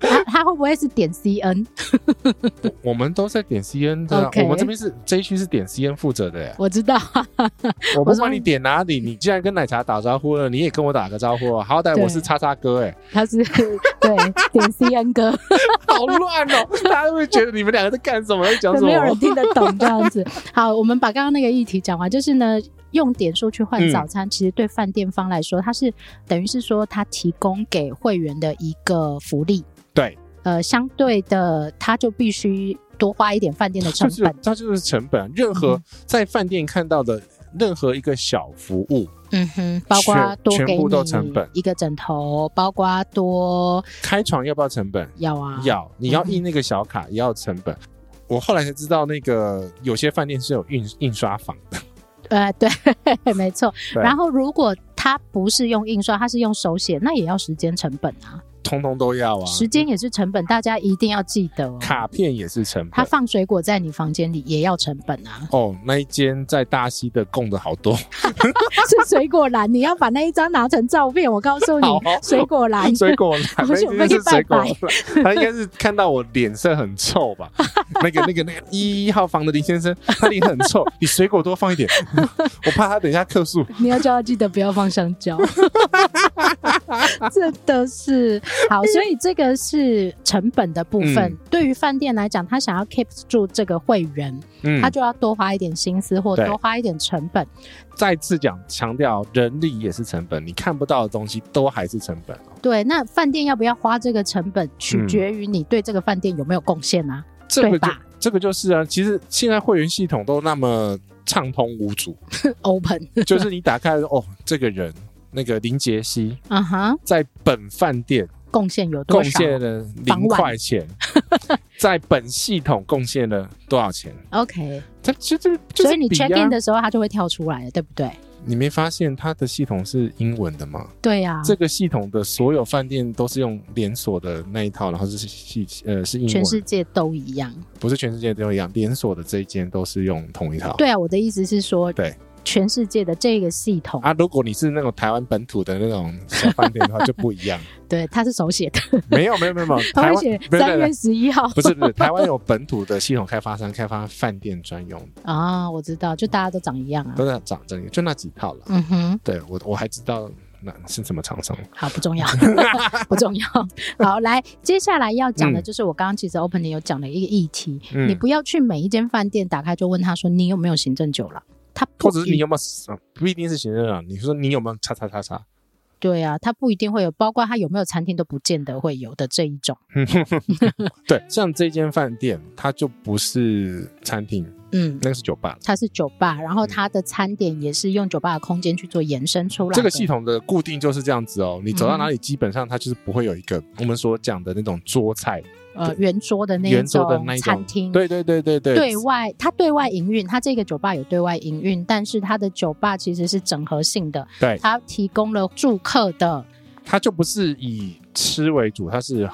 他他会不会是点 CN？
我们都在点 CN 的啊，
OK
我们这边是这一区是点 CN 负责的耶。
我知道， *laughs*
我
我
不
说
管你点哪里，你既然跟奶茶打招呼了，你也跟我打个招呼啊。好歹我是
对
叉叉哥，哎，
他是 *laughs* 对点 CN 哥，
*laughs* 好乱哦！ *laughs* 大家会觉得你们两个在干什么，在讲什
没有人
么？
听得懂这样子。好，我们把刚刚那个议题讲完，就是呢。用点数去换
嗯
早餐，其实对饭店方来说，它是等于是说它提供给会员的一个福利。
*laughs* 对，
呃，相对的，它就必须多花一点饭店的成
就是
本。
它就是成本，嗯任何在饭店看到的任何一个小服务，
嗯哼，包括
全
多给
全部都
你
成本
一个枕头，包括多
开床要不要成本？
要啊，
要，你要印那个小卡也要成本。我后来才知道，那个有些饭店是有印印刷房的，
呃， *laughs* 对，没错。
对
然后如果它不是用印刷，它是用手写，那也要时间成本啊，
通通都要啊。
时间也是成本，大家一定要记得哦。
卡片也是成
他
本。，
放水果在你房间里也要成本啊
哦，那一间在大溪的供的好
*laughs*
多，
是水果篮，你要把那一张拿成照片。我告诉你
*laughs* 好哦，
水果篮
水果篮，
我
那
去我
一
们
间
去
是水果
拜
篮，他应该是看到我脸色很
*laughs*
臭吧？那个、那个、那个一号房的林先生，他脸很
*laughs*
臭，你水果多放一点， *laughs* 我怕他等一下客诉。
你要叫他记得不要放香
*laughs*
蕉，真的是好，所以这个是成本的部分。
嗯
对于饭店来讲，他想要 keep 住这个会员，
嗯
他，就要多花一点心思或
对
多花一点成本。
再次讲强调，人力也是成本，你看不到的东西都还是成本哦。
对，那饭店要不要花这个成本，取
嗯
决于你对这个饭店有没有贡献啊。
这
对
个就
吧
这个就是啊，其实现在会员系统都那么畅通无
*laughs*
阻，
Open，
就是你打开哦，这个人那个林杰西
啊哈，
在本饭店
贡献有多
贡
少
献了
房晚
零块钱， *laughs* 在本系统贡献了多少钱？
？OK，
它其实就是
所以你
比啊
check in 的时候，它就会跳出来了，对不对？
你没发现它的系统是英文的吗？
对啊呀、
这个系统的所有饭店都是用连锁的那一套，然后是系呃是英文，
全世界都一样。
不是全世界都一样，连锁的这一间都是用同一套。
对啊，我的意思是说，
对，
全世界的这个系统，
啊，如果你是那种台湾本土的那种小饭店的话，就不一
*laughs*
样。
对，它是手写的，
没有没有没有没有，
它
台
会
湾
写
不是
三月十一号
不是不是台湾有本土的系统开发商开发饭店专用的，
啊、我知道，就大家都长一样啊。
都在长这里，就那几套了。
嗯哼，
对我我还知道那是什么厂商，
好，不重要， *laughs* 不重要。好，来，接下来要讲的
嗯
就是我刚刚其实 opening 有讲的一个议题，
嗯
你不要去每一间饭店打开就问他说你有没有行政酒了，他不
或者是
一
你有没有呃不一定是行政长，你说你有没有叉叉叉叉？
对啊，他不一定会有，包括他有没有餐厅都不见得会有的这一种。
对，像这间饭店它就不是餐厅，
嗯，
那个是酒吧。
它是酒吧，
嗯
然后它的餐点也是用酒吧的空间去做延伸出来的。
这个系统的固定就是这样子哦，你走
嗯
到哪里，基本上它就是不会有一个我们所讲的那种桌菜，
呃圆桌的那一
圆桌的那一种
餐厅，
对对对对对，
对外，它对外营运，它这个酒吧有对外营运，但是它的酒吧其实是整合性的，
对
它提供了住客的，
它就不是以吃为主，它是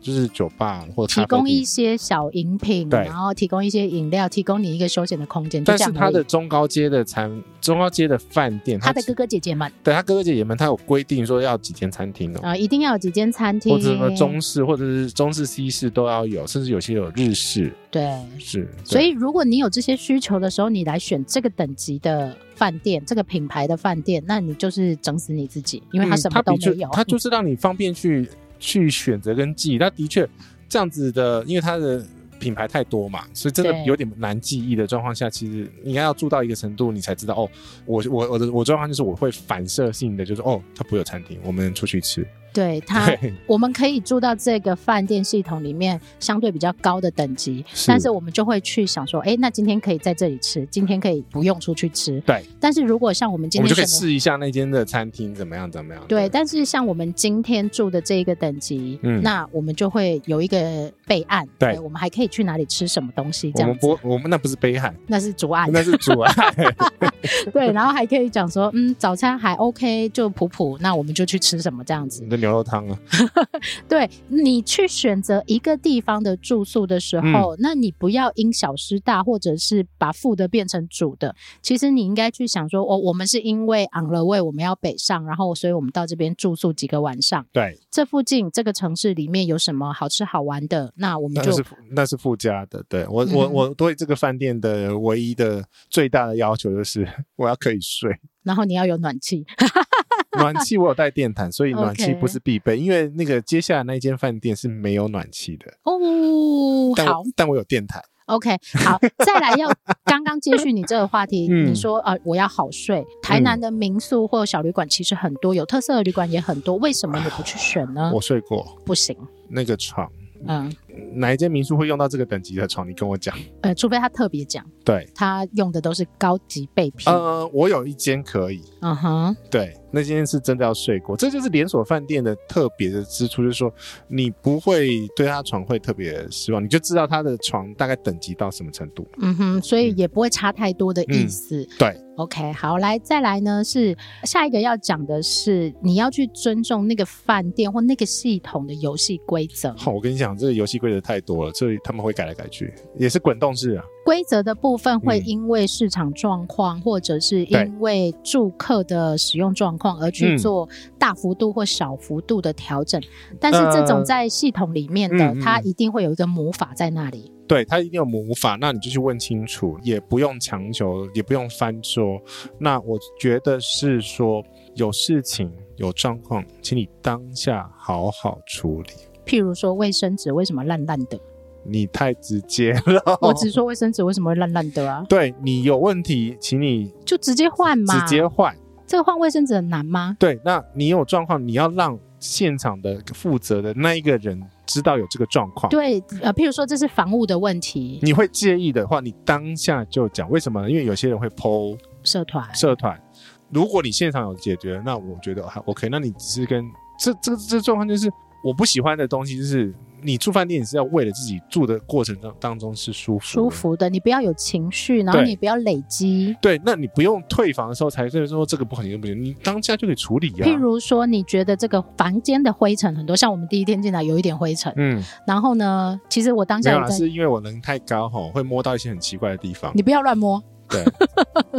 就是酒吧或
提
咖啡
供一
厅，
些小饮品，
对
然后提供一些饮料，提供你一个休闲的空间，就
但
这
是
样
它
而已
的中高阶的餐、中高阶的饭店，
它
它
的哥哥姐姐们
对它哥哥姐姐们，它有规定说要几间餐厅哦，
啊、呃一定要有几间餐厅，
或者什么中式或者是中式、西式都要有，甚至有些有日式，
对。
是，对
所以，如果你有这些需求的时候，你来选这个等级的饭店，这个品牌的饭店，那你就是整死你自己，因为它
嗯
什么都
的确
没有。
它就是让你方便去去选择跟记忆。它的确这样子的，因为它的品牌太多嘛，所以真的
对
有点难记忆的状况下，其实你应该要住到一个程度，你才知道哦，我我我的我状况就是我会反射性的就是哦，它不会有餐厅，我们出去吃。
对它，
*laughs* 对
我们可以住到这个饭店系统里面相对比较高的等级，
是
但是我们就会去想说，哎，那今天可以在这里吃，今天可以不用出去吃。
对。
但是如果像我们
我
今
们
天
就可以
选的，
试一下那间的餐厅怎么样怎么样。
对，但是像我们今天住的这一个等级，
嗯
那我们就会有一个备案，
对
我们还可以去哪里吃什么东西，这
我
样
们
子哎
不，我们那不是悲哀，
那是主
*laughs*
案。
那
*laughs*
是主爱。
对，然后还可以讲说，嗯，早餐还 OK，就普普，那我们就去吃什么这样子
你。的牛肉汤啊，
对你去选择一个地方的住宿的时
嗯
候，那你不要因小失大，或者是把负的变成主的。其实你应该去想说，哦，我们是因为 on the way 我们要北上，然后所以我们到这边住宿几个晚上，
对，
这附近这个城市里面有什么好吃好玩的，那我们
那
就是
那是附加的，对我我
嗯
我对这个饭店的唯一的最大的要求就是 *laughs* 我要可以睡，
然后你要有暖气，
暖气我有带电毯，所以
OK
暖气不是必备，因为那个接下来那一间饭店是没有暖气的，
哦，
但
好
我，但我有电毯，
OK，好，再来要刚刚接续你这个话题，
嗯
你说呃，我要好睡。台南的民宿或小旅馆其实很多，有特色的旅馆也很多，为什么你不去选呢？
我睡过
不行，
那个床，
嗯，
哪一间民宿会用到这个等级的床？你跟我讲，
呃，除非他特别讲，
对，
他用的都是高级备品，
呃，我有一间可以，
嗯哼，
对，那今天是真的要睡过，这就是连锁饭店的特别的之处，就是说你不会对他床会特别失望，你就知道他的床大概等级到什么程度。
嗯哼，所以也不会差太多的意思。
嗯对，
OK，好，来再来呢是下一个要讲的是你要去尊重那个饭店或那个系统的游戏规则。
好、我跟你讲，这个游戏规则太多了，所以他们会改来改去，也是滚动式啊。
规则的部分会
嗯
因为市场状况，或者是
对
因为住客的使用状况而去
嗯
做大幅度或小幅度的调整。但是这种
呃
在系统里面的，
嗯嗯
它
嗯
一定会有一个魔法在那里。
对他一定有魔法，那你就去问清楚，也不用强求，也不用翻桌。那我觉得是说，有事情有状况，请你当下好好处理。
譬如说卫生纸为什么烂烂的？
你太直接了，
我只说卫生纸为什么会烂烂的啊？
对你有问题，请你
就直接换嘛。
直接换。
这个换卫生纸很难吗？
对，那你有状况，你要让现场的负责的那一个人知道有这个状况。
对，呃，譬如说这是房屋的问题，
你会介意的话，你当下就讲。为什么呢？因为有些人会剖
社团
社团。如果你现场有解决，那我觉得还 OK。那你只是跟这这这状况就是我不喜欢的东西，就是你住饭店，你是要为了自己住的过程当当中是舒服
舒
的。
服的，你不要有情绪，然后
对
你不要累积。
对，那你不用退房的时候才跟说这个不行，那个不行，你当下就可以处理呀、
譬如说，你觉得这个房间的灰尘很多，像我们第一天进来有一点灰尘，
嗯，
然后呢，其实我当
没
下
有
有
啦，
在，
是因为我人太高吼，会摸到一些很奇怪的地方。
你不要乱摸， *laughs*
对，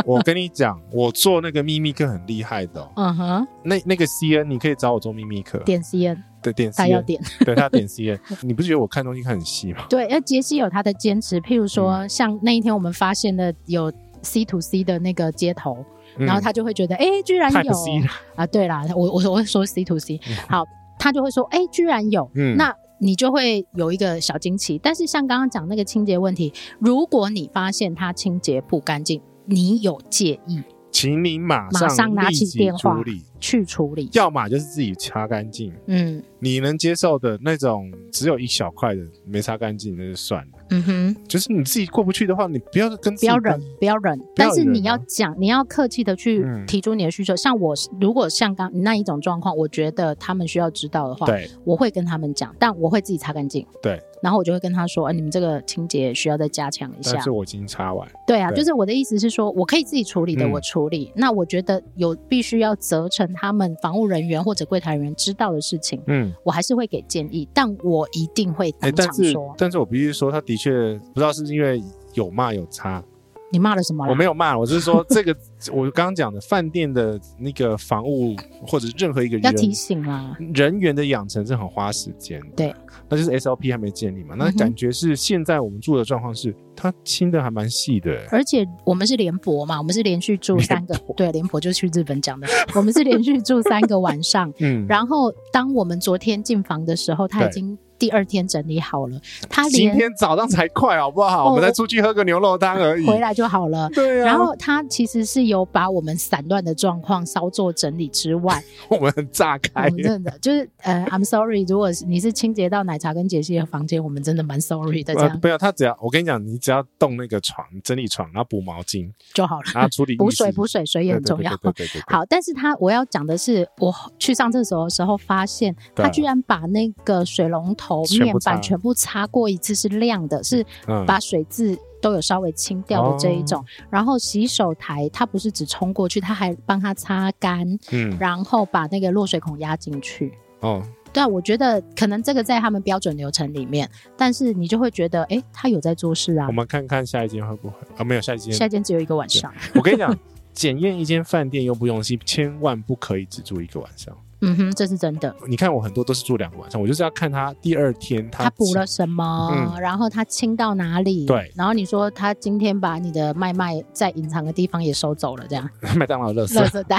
我跟你讲，我做那个秘密课很厉害的、哦，
嗯哼，
那那个 C N 你可以找我做秘密课，
点 C N，
对点 C
他要
N，
点。
对他
*laughs*
点 C N，你不是觉得我看东西看很细吗？
对，而呃杰西有他的坚持，譬如
嗯
说，像那一天我们发现的有 C to C 的那个接头，
嗯
然后他就会觉得，哎，居然
Type
有
C，
啊，对啦，我我我会说 C to C，好，他就会说，哎，居然有，
嗯
那你就会有一个小惊奇。但是像刚刚讲那个清洁问题，如果你发现它清洁不干净，你有介意，
请你马
马上拿
立
起
即
电话
处理，
去处理。
要么就是自己擦干净，
嗯
你能接受的那种只有一小块的没擦干净那就算了，
嗯哼，
就是你自己过不去的话，你不要跟自
不
己
要
干
忍，不要忍，
不要
但是你
忍
要
啊
讲，你要客气的去
嗯
提出你的需求。像我如果像刚那一种状况，我觉得他们需要知道的话，
对
我会跟他们讲，但我会自己擦干净。
对，
然后我就会跟他说：“哎、你们这个清洁需要再加强一下
但。是我已经擦完，”
对啊，
对
就是我的意思是说，我可以自己处理的，
嗯
我处理。那我觉得有必须要责成他们防务人员或者柜台人员知道的事情，
嗯，
我还是会给建议，但我一定会当
哎、但
场
是
说：“
但是我必须说，他的确不知道是因为有骂有擦，
你骂了什么啦？”
我没有骂，我是说这个我刚刚讲的饭店的那个房务或者任何一个
要
人
提醒啊啦。
人员的养成是很花时间的，
对，
那就是 SLP 还没建立嘛，那
嗯哼
感觉是现在我们住的状况是，它清的还蛮细的、欸，
而且我们是联博嘛，我们是连续住三个，对，联博就是去日本讲的，我们是连续住三个晚上。
嗯，
然后当我们昨天进房的时候，他已
对
经第二天整理好了，他
今
连
天早上才快，好不好？
哦
我们再出去喝个牛肉汤而已。
回来就好了。
对啊，
然后他其实是有把我们散乱的状况稍作整理之
*laughs*
外，
我们很炸
我
开
们，真的就是呃，I'm sorry，如果是你是清洁到奶茶跟杰西的房间，我们真的蛮 sorry 的，这
呃，
样
*laughs* 不要他只要我跟你讲，你只要动那个床，整理床，然后补毛巾，
就好了。
然后处理
补
浴室
水补水，水也很重要。
对对对对对对对
好，但是他我要讲的是，我去上厕所的时候发现，
对啊
他居然把那个水龙头面板全
全
部擦过一次，是亮的，是
嗯哦
把水渍都有稍微清掉的这一种。然后洗手台，他不是只冲过去，他还帮他擦干，
嗯
然后把那个落水孔压进去。
哦，
对啊，我觉得可能这个在他们标准流程里面，但是你就会觉得，哎，他有在做事啊
我。们看看下一间会不会啊？没有下一间，
下一间只有一个晚上，
我跟你讲， *laughs* 检验一间饭店用不用心，千万不可以只住一个晚上。
嗯哼，这是真的。
你看我很多都是住两个晚上，我就是要看他第二天他
他补了什么，
嗯
然后他清到哪里，
对
然后你说他今天把你的麦麦在隐藏的地方也收走了，这样，
*laughs* 麦当劳的垃
垃
圾，
圾袋，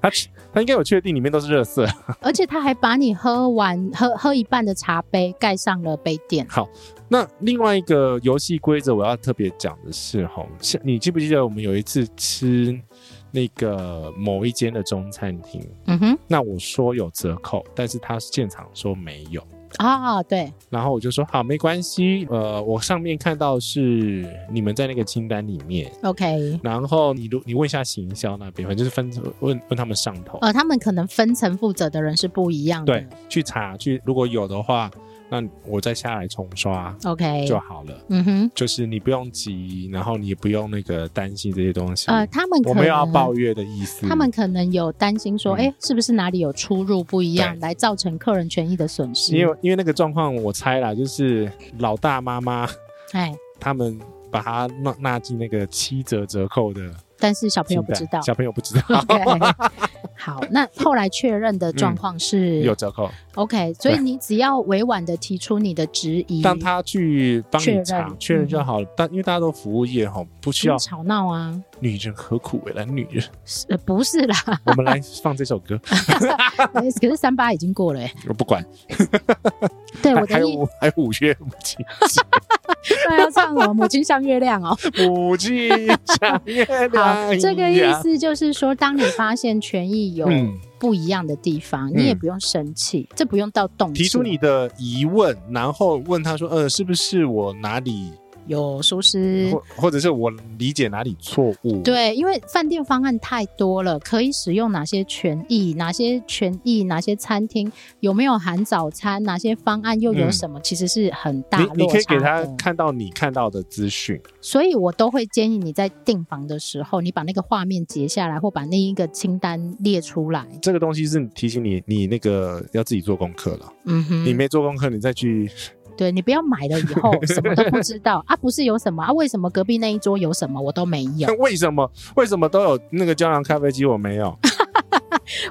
他他应该有确定里面都是垃圾。 *laughs*
而且他还把你喝完喝喝一半的茶杯盖上了杯垫，
那另外一个游戏规则，我要特别讲的是，哈，像你记不记得我们有一次吃那个某一间的中餐厅？
嗯哼，
那我说有折扣，但是他现场说没有，
啊，对，
然后我就说好，没关系，呃，我上面看到是你们在那个清单里面，
，OK，
然后你如你问一下行销那边，反正就是分问问他们上头，
呃，他们可能分层负责的人是不一样的，
对，去查去，如果有的话，那我再下来重刷
，OK，
就好了。
嗯哼，
就是你不用急，然后你也不用那个担心这些东西。
呃，他们可
我
能
没有要抱怨的意思。
他们可能有担心说，
嗯
哎、是不是哪里有出入不一样，
对
来造成客人权益的损失？
因为因为那个状况，我猜啦，就是老大妈妈
哎，
他们把它纳纳进那个七折折扣的
但是小朋友不知
清
道
*laughs* 单，小朋友不知道
OK，好，那后来确认的状况是、
*laughs* 有折扣，
OK，所以
对
你只要委婉的提出你的质疑，
让他去帮
确
你
认嗯
查确认就好了。但因为大家都服务业哈，不需
不
要
要吵闹啊，
女人何苦为难女人？
是呃不是
*laughs*
啦？
我们来放这首歌，
可是三八已经过了、欸，
我不管。
对我
还
的
还有
意
五还有五月母亲，
那要唱什么？母亲像月亮哦。
母亲像月亮
*laughs* 好，
一样。
这个意思就是说，当你发现权益有
啊嗯
不一样的地方，你也
嗯
不用生气，这不用到动气，
提出你的疑问，然后问他说：“呃，是不是我哪里，
有疏失，
或或者是我理解哪里错误？”，
嗯对，因为饭店方案太多了，可以使用哪些权益，哪些权益，哪些餐厅有没有含早餐，哪些方案又有什么，其实是很大落差
嗯你你可以给他
的
看到你看到的资讯，
所以我都会建议你在订房的时候，你把那个画面截下来，或把那一个清单列出来。
这个东西是提醒你，你那个要自己做功课了。
嗯哼，
你没做功课，你再去
对你不要买了以后
*laughs*
什么都不知道啊，不是有什么啊？为什么隔壁那一桌有什么我都没有
看， *laughs* 为什么为什么都有那个胶囊咖啡机，我没有。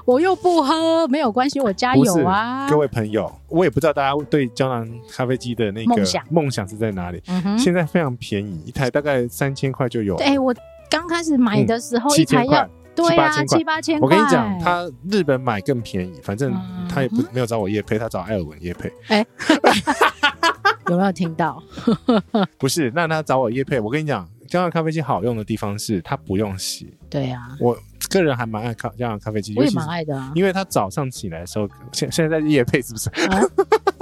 我又不喝，没有关系，我家
不是
有啊。
各位朋友，我也不知道大家对胶囊咖啡机的那个
梦想
梦想是在哪里。
嗯哼，
现在非常便宜，一台大概三千块就有了。
哎、我刚开始买的时候一
嗯七
台
千
要
块。
对啊，
7-8千块
七八千块。
我跟你讲，他日本买更便宜，反正
嗯
他也不没有找我叶配，他找艾尔文叶配。
有没有听到？
不是，那他找我叶配，我跟你讲，胶囊咖啡机好用的地方是它不用洗。
对啊，
我个人还蛮爱咖香港咖啡机，
我
尤
也
其
蛮
是
爱的啊。
因为他早上起来的时候，现现在在夜配是不是？
啊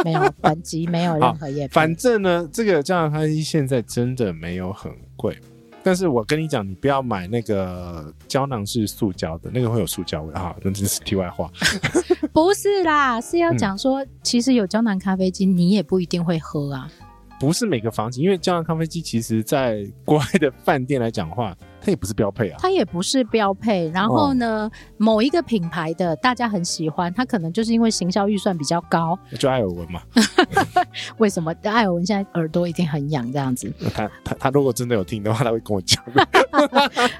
没有，本集没有任何业配
反正呢，这个加拿大一现在真的没有很贵，但是我跟你讲，你不要买那个胶囊是塑胶的，那个会有塑胶味啊，那真是题外话。
不是啦，是
嗯
要讲说，其实有胶囊咖啡机，你也不一定会喝啊。
不是每个房型，因为胶囊咖啡机其实在国外的饭店来讲的话，它也不是标配啊。
它也不是标配。然后呢，
哦
某一个品牌的大家很喜欢，它可能就是因为行销预算比较高。
就艾尔文嘛，
为什么艾尔文现在耳朵一定很痒这样
*laughs*
子？
他他他如果真的有听的话，他会跟我讲。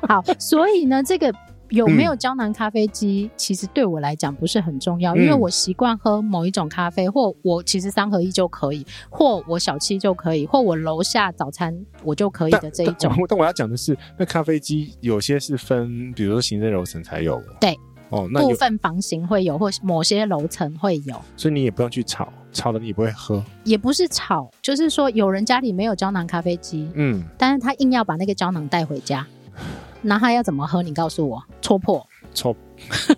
好，所以呢，这个。有没有胶囊咖啡机，其实对我来讲不是很重要，
嗯
因为我习惯喝某一种咖啡，或我其实三合一就可以，或我小七就可以，或我楼下早餐我就可以的这一种
但。我但我要讲的是，那咖啡机有些是分，比如说行政楼层才有哦。
对。
哦，那
部
有，
分房型会有，或某些楼层会有。
所以你也不用去炒，炒了你也不会喝。
也不是吵，就是说有人家里没有胶囊咖啡机，
嗯，
但是他硬要把那个胶囊带回家，那他要怎么喝？你告诉我，戳破 *laughs*
臭。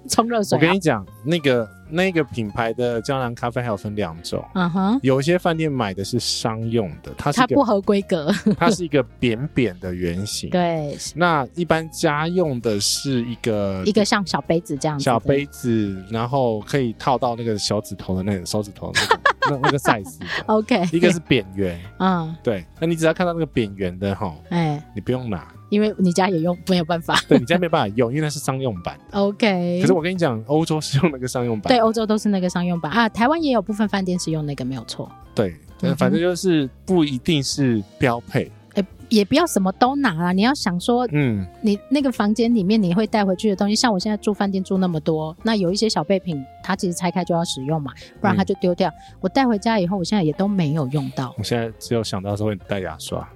冲热
我
水、
跟
啊。
你讲，那个那个品牌的胶囊咖啡还有分两种，
嗯哼，
有些饭店买的是商用的，它是
它
一
不
个嗯
合规格。
它是一个扁扁的圆形。。
对，
那一般家用的是一个
一个像小杯子这样子。
呃小。杯子，然后可以套到那个小指头的那个手指头的那个那那个 size 的，
OK。
一个是扁圆，
嗯，
对，那你只要看到那个扁圆的哈，
哎，
你不用拿，
因为你家也用没有办法。
对你家没办法用，因为那是商用版的。
OK。
可是我跟你讲，欧洲是用那个商用版
对
的，
欧洲都是那个商用版啊，台湾也有部分饭店是用那个没有错。嗯
对
哼
对，反正就是不一定是标配，
哎，也不要什么都拿啊！你要想说，
嗯，
你那个房间里面你会带回去的东西，像我现在住饭店住那么多，那有一些小备品，它其实拆开就要使用嘛，不
嗯
然它就丢掉。我带回家以后，我现在也都没有用到。
我现在只有想到说会带牙 *laughs* 刷，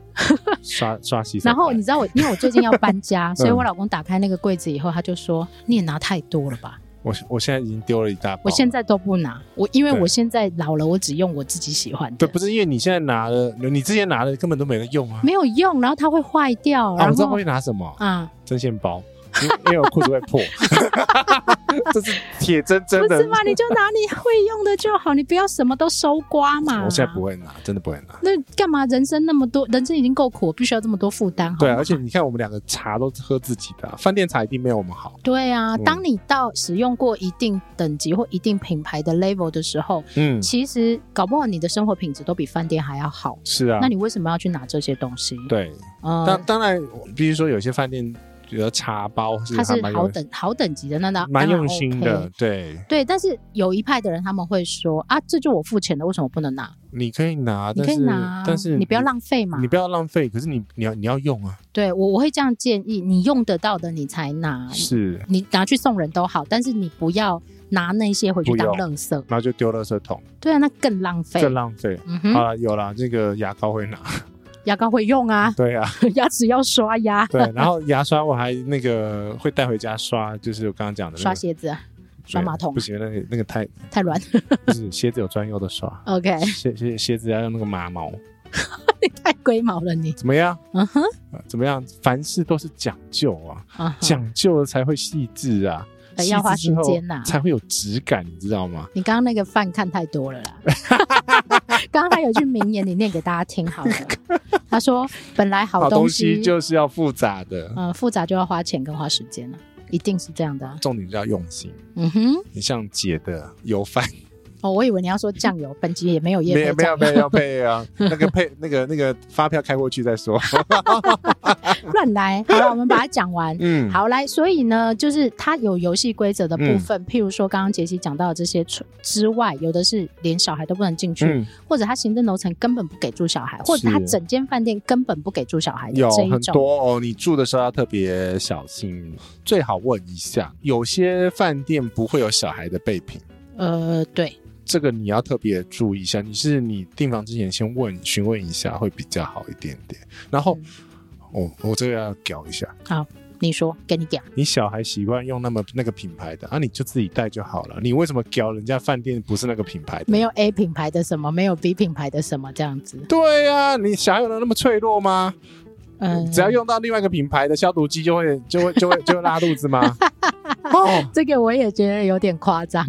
刷刷洗手台，
然后你知道我，因为我最近要搬
*laughs*
家，
嗯
所以我老公打开那个柜子以后，他就说：“你也拿太多了吧
我我现在已经丢了一大包？”了，
我现在都不拿，我因为
哦对
我现在老了，我只用我自己喜欢
对，
的，
不是因为你现在拿了，你之前拿的根本都没得用啊。
没有用，然后它会坏掉，
啊，
然
我知道
后
会拿什么，
啊，
针线包，因为因为我裤子会 *laughs* 破，这是铁铮
不
铮的
是。嘛？你就拿你会用的就好，你不要什么都搜刮嘛。
我现在不会拿，真的不会拿。
那干嘛人生那么多？人生已经够苦，必须要这么多负担？
对啊，
好吗
而且你看，我们两个茶都是喝自己的啊、饭店茶一定没有我们好。
对啊，
嗯
当你到使用过一定等级或一定品牌的 level 的时候，
嗯，
其实搞不好你的生活品质都比饭店还要好。
是啊
那，你为什么要去拿这些东西？
对。
嗯、
当当然，比如说有些饭店，比如说茶包是
它
还
是
蛮
好
用
等好等级的，那那
蛮用心。
当然
的
OK，
对。
对，但是有一派的人他们会说啊，这就我付钱的，为什么不能拿？
你可以拿，
你
啊但
可以
是
拿啊，
但是
你不要浪费嘛。
你不要浪费，可是你你要你要用啊，
对我我会这样建议，你用得到的啊你才拿，
是，
你拿去送人都好，但是你不要拿那些回去当
不
垃圾。
然后就丢垃圾桶，
对啊，那更浪费。
更浪费。
嗯
好
哼，
了，有了，这个牙膏会拿，
牙膏会用啊，
*laughs*
*laughs*
对啊，
牙齿要刷牙，
对，然后牙刷我还那个会带回家刷，就是我刚刚讲的、那个、
刷鞋子啊，刷马桶
不行，那个那个太 *laughs*
太软。，
不是鞋子有专用的刷
OK， *laughs*
鞋鞋鞋子要用那个马毛，
你太龟毛了你。
怎么样？
嗯哼，
呃怎么样？凡事都是讲究啊，
嗯哼
讲究了才会细致啊，
呃要花时间呐
细致之后才会有质感，你知道吗？
你刚刚那个饭看太多了
*laughs*
啦。刚刚还有句名言，你念给大家听
*laughs*
好了。他说：“本来好
好
东
东
西
西，就是要复杂的，
嗯、复杂就要花钱跟花时间了，一定是这样的啊、
重点就要用心。
嗯哼，
你像姐的油饭，
哦，我以为你要说酱
*laughs*
油，本集也没有
没
叶
有
配
没有
酱
没有配啊，那个配 *laughs* 那个那个发票开过去
*laughs*
再说。
油，乱来。好了，我们把它讲完。
嗯，
好，来，所以呢，就是它有游戏规则的部分，
嗯
譬如说刚刚杰西讲到的这些除之外，有的是连小孩都不能进去，
嗯，
或者他行政楼层根本不给住小孩，或者他整间饭店根本不给住小孩的
有
这一
很
种。
多哦，你住的时候要特别小心，最好问一下。有些饭店不会有小孩的备品，
呃，对，
这个你要特别注意一下。你是你订房之前先问询问一下会比较好一点点。然
嗯
后，哦，我这个要搞一下，
你说，给你讲，
你小孩习惯用那么那个品牌的啊，你就自己带就好了。你为什么搞人家饭店不是那个品牌的？
没有 A 品牌的什么，没有 B 品牌的什么这样子。
啊对呀、你小孩有那么脆弱吗？
嗯，
只要用到另外一个品牌的消毒剂，就会就会就会就会拉
*laughs*
肚子吗？哦，
这个我也觉得有点夸张。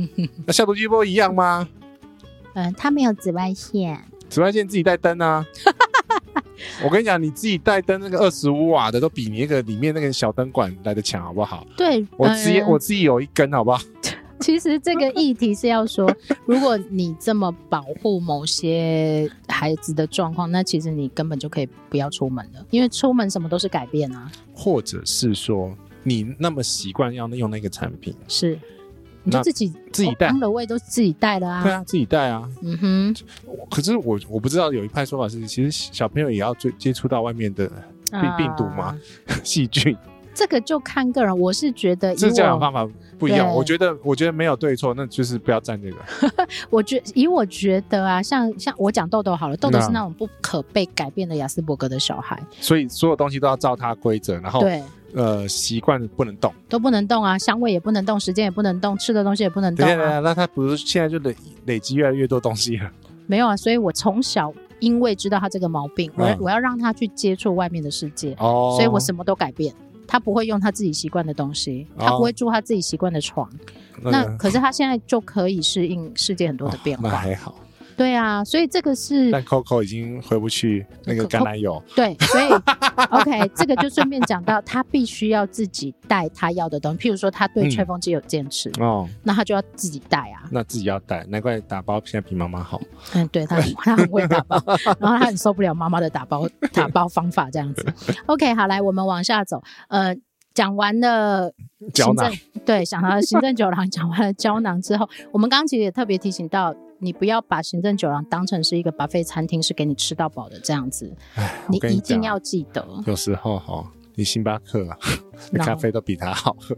那消毒剂不都一样吗？
嗯，它没有紫外线。
紫外线自己带灯啊。我跟你讲，你自己带灯那个二十五瓦的，都比你那个里面那个小灯管来的强，好不好？
对，呃
我自
哎
己、我自己有一根，好不好？
其实这个议题是要说，如果你这么保护某些孩子的状况，那其实你根本就可以不要出门了，因为出门什么都是改变啊。
或者是说，你那么习惯要用那个产品，
是，你就
那
自己
自己带
当了位都自己带了
对
啊。
啊，自己带啊。
嗯哼，
可是我我不知道有一派说法是，其实小朋友也要接接触到外面的 *laughs* 病病毒吗
啊
细菌，
这个就看个人，我是觉得以
这教养
我
方法不一样。
对
我觉得我觉得没有对错，那就是不要站这个。
我觉以我觉得啊，像像我讲豆豆好了，豆豆
那
是那种不可被改变的雅斯伯格的小孩，
所以所有东西都要照它规则，然后
对，
呃习惯不能动。
都不能动啊，香味也不能动，时间也不能动，吃的东西也不能动
等一下，等一
啊，
下，那他不是现在就累累积越来越多东西了？
没有啊，所以我从小因为知道他这个毛病，我、
嗯
我要让他去接触外面的世界，
哦
*laughs* 所以我什么都改变。他不会用他自己习惯的东西，
哦
他不会住他自己习惯的床。
那
那
个
可是他现在就可以适应世界很多的变
哦那
化。
还好，
对啊，所以这个是
但 Coco 已经回不去那个橄榄油，
对，
*laughs*
所以 OK，这个就顺便讲到，他必须要自己带他要的东西。譬如说，他对
嗯
吹风机有坚持，
哦，
那他就要自己带啊。
那自己要带，难怪打包现在比妈妈好。
嗯，对他很他很会打
*laughs*
包，然后他很受不了妈妈的打包打包方法这样子。OK，好，来我们往下走。呃，讲完了
胶
行
囊
政，对，讲到了行政酒廊，讲完了胶囊之后，我们刚刚其实也特别提醒到，你不要把行政酒廊当成是一个 buffet 餐厅，是给你吃到饱的这样子，你
我跟你
一定
讲
要记得。
有时候哈、哦，你星巴克、啊、的
*laughs* 然后
咖啡都比它好喝。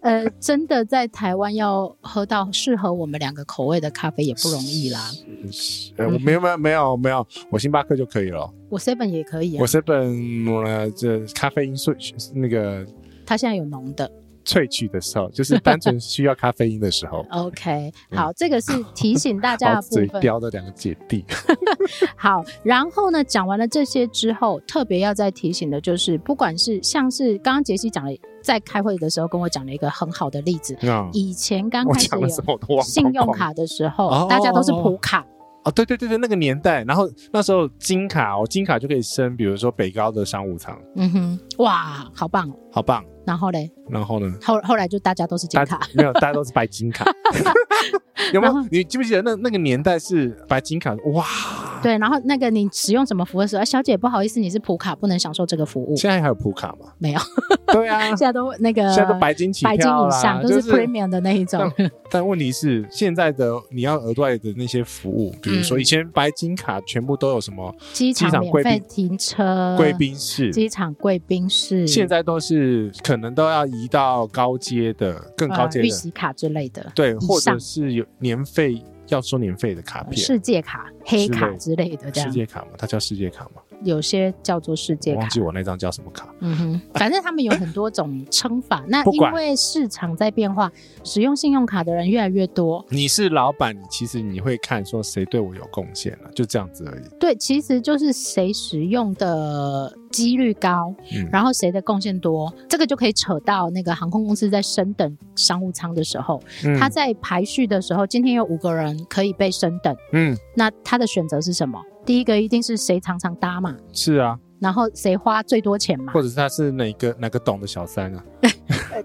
呃，真的在台湾要喝到适合我们两个口味的咖啡也不容易啦。
呃，我没有没有没有没有，我星巴克就可以了。
我 seven 也可以啊
我，这本呃这咖啡因萃那个
它现在有浓的。。
萃取的时候，就是单纯需要咖啡因的时候
OK，好，这个是提醒大家
嗯 *laughs* 好
的部
嘴
分。
刁的两个姐
*laughs*
弟，
好，然后呢，讲完了这些之后，特别要再提醒的就是，不管是像是刚刚杰西讲了，在开会的时候跟我讲了一个很好的例子，
嗯，
以前刚
我
开始
讲的时
有
候我都忘光
信用
光
卡的时候
哦，
大家都是普卡。
哦，对对对对，那个年代，然后那时候金卡哦，金卡就可以升，比如说北高的商务舱，
嗯哼，哇，好棒、哦！
好棒。
然后嘞，
然后呢，
后后来就大家都是金
大
卡，
没有，大家都是白
*laughs*
金卡，有没
然
有
后？
你记不记得那那个年代是白金卡？哇，
对。然后那个你使用什么服务的时候，啊小姐不好意思，你是普卡，不能享受这个服务。
现在还有普卡吗？
没有， *laughs*
对啊
现，在都那个
现在都白金起
呃白金
跳
以
啦
上，都
就是是
premium 的那一种。
但问题是，现在的你要额外的那些服务，比如说
嗯
以前白金卡全部都有什么
机
机
场
场
免
贵
费
宾
停车，
贵宾室，
机场贵宾室，
现在都是可能都要移到高阶的、更高阶
呃预
的，
习卡之类的，
对，
以
或者
上
是有年费要收年费的卡片，
世界卡、黑
之类
卡
的
之类的，这
世
样
界卡嘛，它叫世界卡嘛，
有些叫做世啊界
我
卡
忘。记我那张叫什么卡。
嗯哼，反正他们有很多种称法。那
*laughs* 不
因
管
为市场在变化，使用信用卡的人越来越多，
你是老板，你其实你会看说谁对我有贡献啊了、就这样子而已。
对，其实就是谁使用的几率高，
嗯
然后谁的贡献多，这个就可以扯到那个航空公司在升等商务舱的时候，
嗯
他在排序的时候，今天有五个人可以被升等，
嗯，
那他的选择是什么？第一个一定是谁常常搭嘛，
是啊，
然后谁花最多钱嘛
或，者是他是哪个哪个懂的小三啊？
呃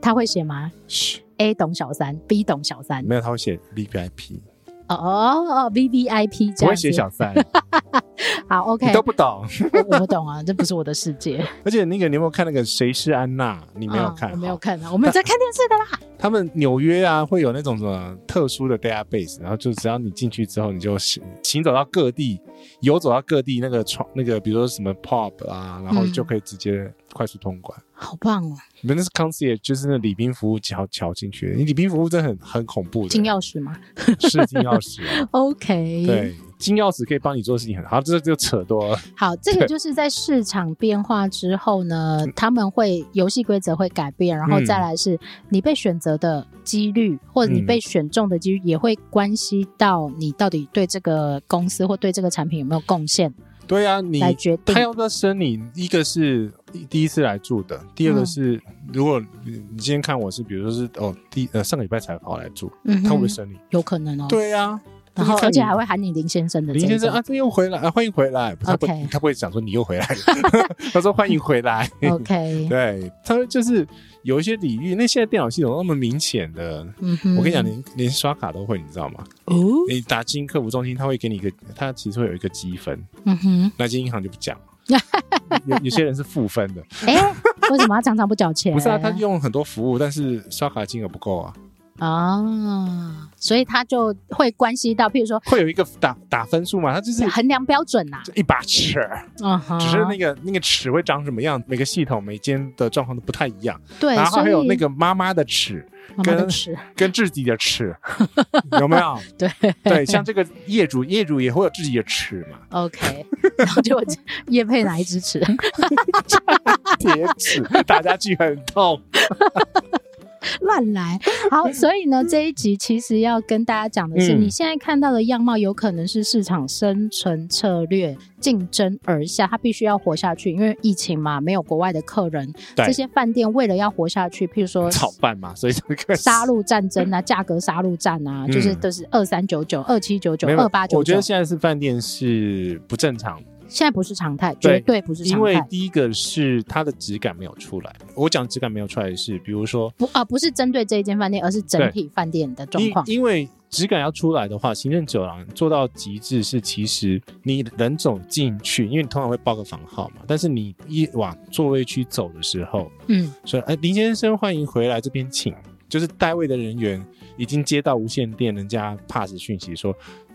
他会写吗
嘘，
？A 懂小三，B 懂小三，
没有，他会写 V V I P，
哦哦哦，V V I P 这
不
样
会
子
写。小
*laughs*
三，
好
你
，OK，
都不懂。
*laughs* 我我不懂啊，这不是我的世界。
而且那个你有没有看那个谁是安娜？你没有
嗯
看？
我没有
好
看啊，我们有在看电视的啦。
他们纽约啊，会有那种什么特殊的 database，然后就只要你进去之后，你就行行走到各地，游走到各地那个窗那个，比如说什么 pub 啊，然后
嗯
就可以直接快速通关。
好棒哦，
你们那是 concierge，就是那礼宾服务桥桥进去的，你礼宾服务真的很很恐怖的，
金钥匙吗
是金钥匙
*laughs*
啊，
？OK，
对，金钥匙可以帮你做的事情很好，这就扯多了，
好，这个
对
就是在市场变化之后呢，他们会游戏规则会改变，然后
嗯
再来是你被选择的几率，或者你
嗯
被选中的几率，也会关系到你到底对这个公司或对这个产品有没有贡献。
对啊，你
来决定
他要不要生你，一个是第一次来住的，第二个
嗯
是、如果你你今天看我是，比如说是哦，第呃上个礼拜才跑来住，
嗯哼
他会不会生你？
有可能哦。
对啊呀、
然后而
就是看
且
你
还会喊你林先生的这一
林
种。
先生啊，这又回来，啊、欢迎回来。他不
OK
他不会讲说你又回
*laughs*
来了，他说欢迎回来。
OK，
啊 *laughs* 对，他就是有一些礼遇，那现在电脑系统那么明显的，
嗯哼，
我跟你讲，连连刷卡都会，你知道吗？
哦，
你打进客服中心，他会给你一个，他其实会有一个积分，
嗯哼，
那间银行就不
*laughs*
讲了。有有些人是负分的，
哎、为什么他常常不缴钱？
不是啊，他用很多服务，但是刷卡金额不够啊，
啊，所以他就会关系到，譬如说
会有一个打打分数嘛，他就是
衡量标准呐、
就一把尺，
啊，嗯哼，
只是那个那个尺会长什么样，每个系统每间的状况都不太一样。
啊对，
然后还
所
有
以
那个妈妈的尺
妈妈的
跟
尺，
跟自己的尺，有没有？
*laughs* 对
对，像这个业主，业主也会有自己的尺
*laughs*
嘛，
OK，然后就叶配哪一支尺？
铁尺，打家具很痛。
乱来。好，所以呢，这一集其实要跟大家讲的是，
嗯
你现在看到的样貌有可能是市场生存策略竞争而下，它必须要活下去，因为疫情嘛，没有国外的客人，
对
这些饭店为了要活下去，譬如说
炒饭嘛，所以这个
杀戮战争啊，价格杀戮战啊，
嗯
就是都是二三九九、二七九九、
没有
二八九
我觉
九
得，现在是饭店是不正常，
现在不是常态，绝
对
对不是
因
常
为
态。
第一个是它的质感没有出来。我讲质感没有出来是，比如说
不啊、不是针对这一间饭店，而是整
对
体饭店的状
因
况。
因为质感要出来的话，行政酒廊做到极致是，其实你人走进去，因为你通常会报个房号嘛，但是你一往座位区走的时候，
嗯，
说：“哎，林先生，欢迎回来，这边请。”就是代位的人员已经接到无线电人家 pass 讯息说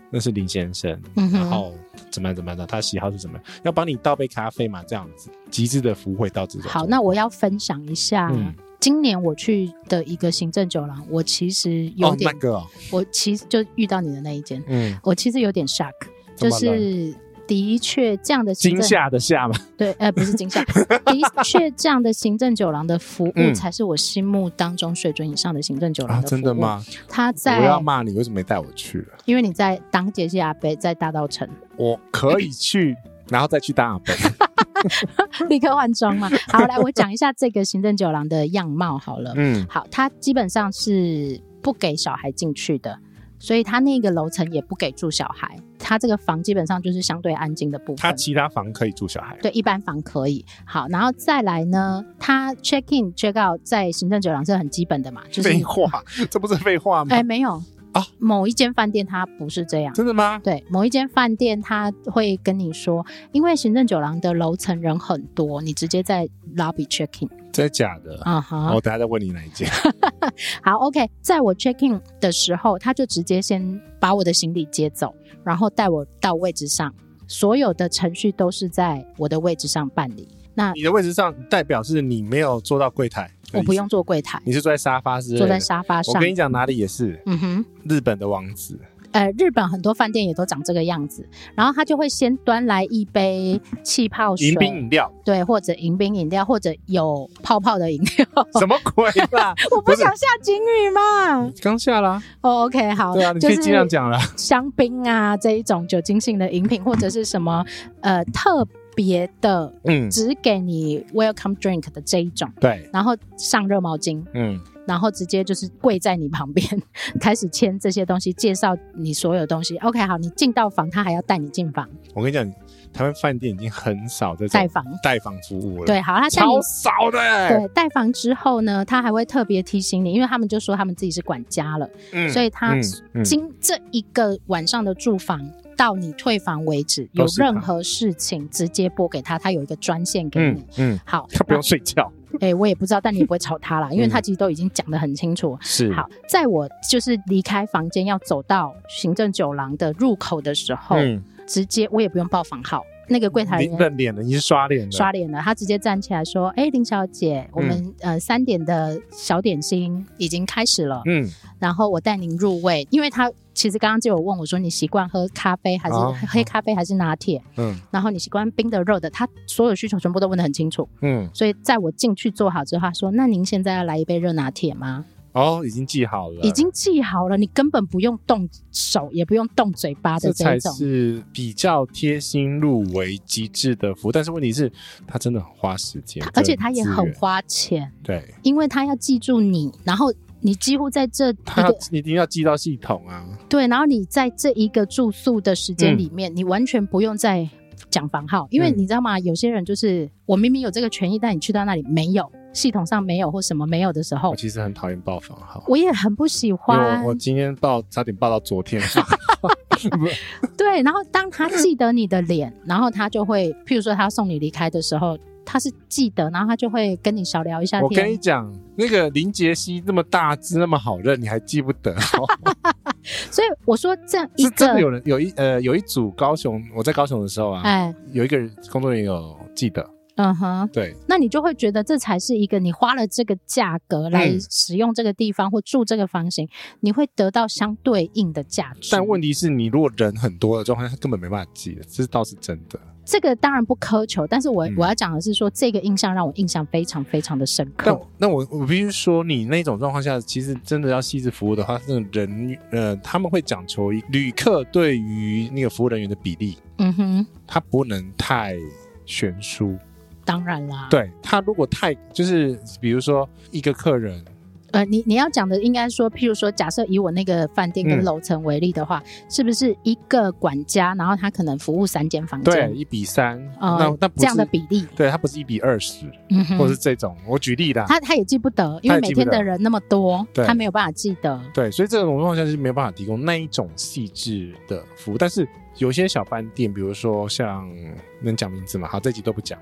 那是林先生，
嗯哼
然后怎么样怎么样的，他喜好是怎么样，要帮你倒杯咖啡嘛，这样子极致的服务会到这种。
好，那我要分享一下。
嗯
今年我去的一个行政酒廊，我其实有
哦
点，
那个哦，
我其实就遇到你的那一间，
嗯，
我其实有点 shock，
怎
就
么了
是的确这样的行
惊
政
吓的吓嘛，
对，呃，不是惊吓，的确，这样的行政酒廊的服务
嗯
才是我心目当中水准以上的行政酒廊
*laughs* 啊，
的服务。
真的？吗？
他
我
在
要，骂你，为什么没带我去了？
因为你在当杰西阿贝，在大道城，
我可以去，然后再去大本。
*laughs* 立刻换装嘛。好，来，我讲一下这个行政酒廊的样貌好了。
*laughs* 嗯，
好，它基本上是不给小孩进去的，所以它那个楼层也不给住小孩。它这个房基本上就是相对安静的部
他
分。
其他房可以住小孩，
对，一般房可以。好，然后再来呢，它 check in check out 在行政酒廊是很基本的嘛，就是
废话，这不是废话吗
哎，？没有
啊，
某一间饭店它不是这样。
真的吗？
对，某一间饭店它会跟你说，因为行政酒廊的楼层人很多，你直接在 lobby check in。
真的假的？哦
啊哈，
我等下再问你哪一间。
好，OK，在我 check in 的时候，他就直接先把我的行李接走，然后带我到位置上，所有的程序都是在我的位置上办理。那
*laughs* 你的位置上代表是你没有坐到柜台，
我不用，坐柜台，
你是坐在沙发之类的
坐在沙发
我
上
跟。你讲，哪里也是
嗯哼，
日本的王子，
呃，日本很多饭店也都长这个样子，然后他就会先端来一杯气泡水，
迎宾饮料，
对，或者迎宾饮料，或者有泡泡的饮料。
什么鬼 *laughs* 啦？
*laughs* 我不
不是
想下警语嘛。
刚下啦，
哦、o k 好，
对啊，你
就
可以
是
尽量讲啦。
香槟啊这一种酒精性的饮品，或者是什么呃特别的，
嗯，
只给你 welcome drink 的这一种，
对，
然后上热毛巾，
嗯，
然后直接就是跪在你旁边 *laughs* 开始签这些东西，介绍你所有东西。OK，好，你进到房，他还要带你进房
我跟你讲，台湾饭店已经很少这
带
种
房。
代房服务了，
对，，好，他带你
超少的，欸
对带房之后呢，他还会特别提醒你，因为他们就说他们自己是管家了，
嗯
所以他
嗯嗯
经这一个晚上的住房到你退房为止，有
都是他
任何事情直接拨给他，他有一个专线给你
嗯。嗯，
好，
他不用睡觉，
那哎、我也不知道，但你也不会吵他
*laughs*
啦，因为
嗯
他其实都已经讲得很清楚。
是
好，在我就是离开房间要走到行政走廊的入口的时候，
嗯，
直接我也不用报房号，那个柜台
你
人员
认脸了，你是刷脸了，
刷脸了，他直接站起来说：“哎、林小姐，
嗯
我们、呃三点的小点心已经开始了。
嗯，
然后我带您入味，因为他其实刚刚就有问我说你习惯喝咖啡还是、
哦
黑咖啡还是拿铁，
嗯
然后你习惯冰的热的，他所有需求全部都问得很清楚。
嗯，
所以在我进去做好之后，他说：“那您现在要来一杯热拿铁吗？”
哦，已经记好了，
已经记好了，你根本不用动手，也不用动嘴巴的
这才
一种。
是比较贴心入微极致的服务。但是问题是，它真的很花时间
他，而
跟
且他也
资
很
源
花钱，
对，
因为他要记住你，然后你几乎在这一
他要
个
一定要记到系统啊。
对，然后你在这一个住宿的时间
嗯
里面，你完全不用再讲房号，因为
嗯
你知道吗？有些人就是我明明有这个权益，但你去到那里没有，系统上没有或什么没有的时候
我，其实很讨厌报房号，
我也很不喜
因为
欢
我我。今天报差点报到
*laughs*
昨天， *laughs*
对，然后当他记得你的脸，然后他就会，譬如说他送你离开的时候，他是记得，然后他就会跟你小聊一下
我跟你
天。
讲，那个林杰西那么大只，那么好认，你还记不
*laughs*
得、哦？
所以我说这样一
是真的
个，
有人有一呃有一组高雄，我在高雄的时候啊，
哎，
有一个人工作人员有记得，
嗯哼，
对，
那你就会觉得这才是一个你花了这个价格来
嗯
使用这个地方或住这个房型，你会得到相对应的价值。
但问题是你如果人很多的状况，他根本没办法记的，这倒是真的。
这个当然不苛求，但是我、
嗯
我要讲的是说，这个印象让我印象非常非常的深
但
刻。
那我我必须说，你那种状况下，其实真的要细致服务的话，那个人呃他们会讲求一旅客对于那个服务人员的比例，
嗯哼，
他不能太悬殊。
当然啦。，
对他如果太就是比如说一个客人，
呃，你你要讲的应该说，譬如说，假设以我那个饭店跟
嗯
楼层为例的话，是不是一个管家，然后他可能服务三间房
对
间？
一比三、那
呃
那，不
这样的
是
比例，
对他不是一比二十、
嗯
或者
哼
是，这种，我举例啦。
他他也记不得，因为每
他也记不
天的
得
人那么多，
对
他没有办法记得。
对，所以这种情况下是没有办法提供那一种细致的服务，但是有些小饭店，比如说像能讲名字嘛，好，这集都
*laughs*
不讲。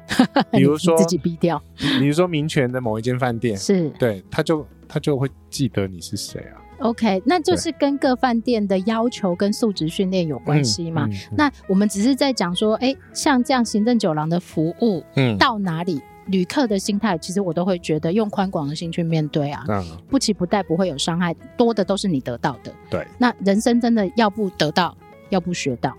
比如说
你，自己逼掉，
比如说民权的某一间饭店，
是
对，他就他就会记得你是谁啊，
OK，那就是跟各饭店的要求跟素质训练有关系嘛。
嗯嗯
那我们只是在讲说，哎，像这样行政酒廊的服务
嗯
到哪里，旅客的心态，其实我都会觉得用宽广的心去面对啊，
嗯，
不期不待不会有伤害，多的都是你得到的。
对，
那人生真的要不得到，要不学到。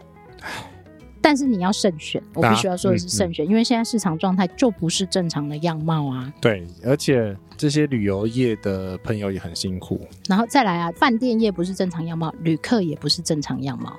但是你要慎选，我必须要说的是
大家嗯
慎选，因为现在市场状态就不是正常的样貌啊。
对，而且这些旅游业的朋友也很辛苦，
然后再来啊，饭店业不是正常样貌，旅客也不是正常样 *laughs* 貌，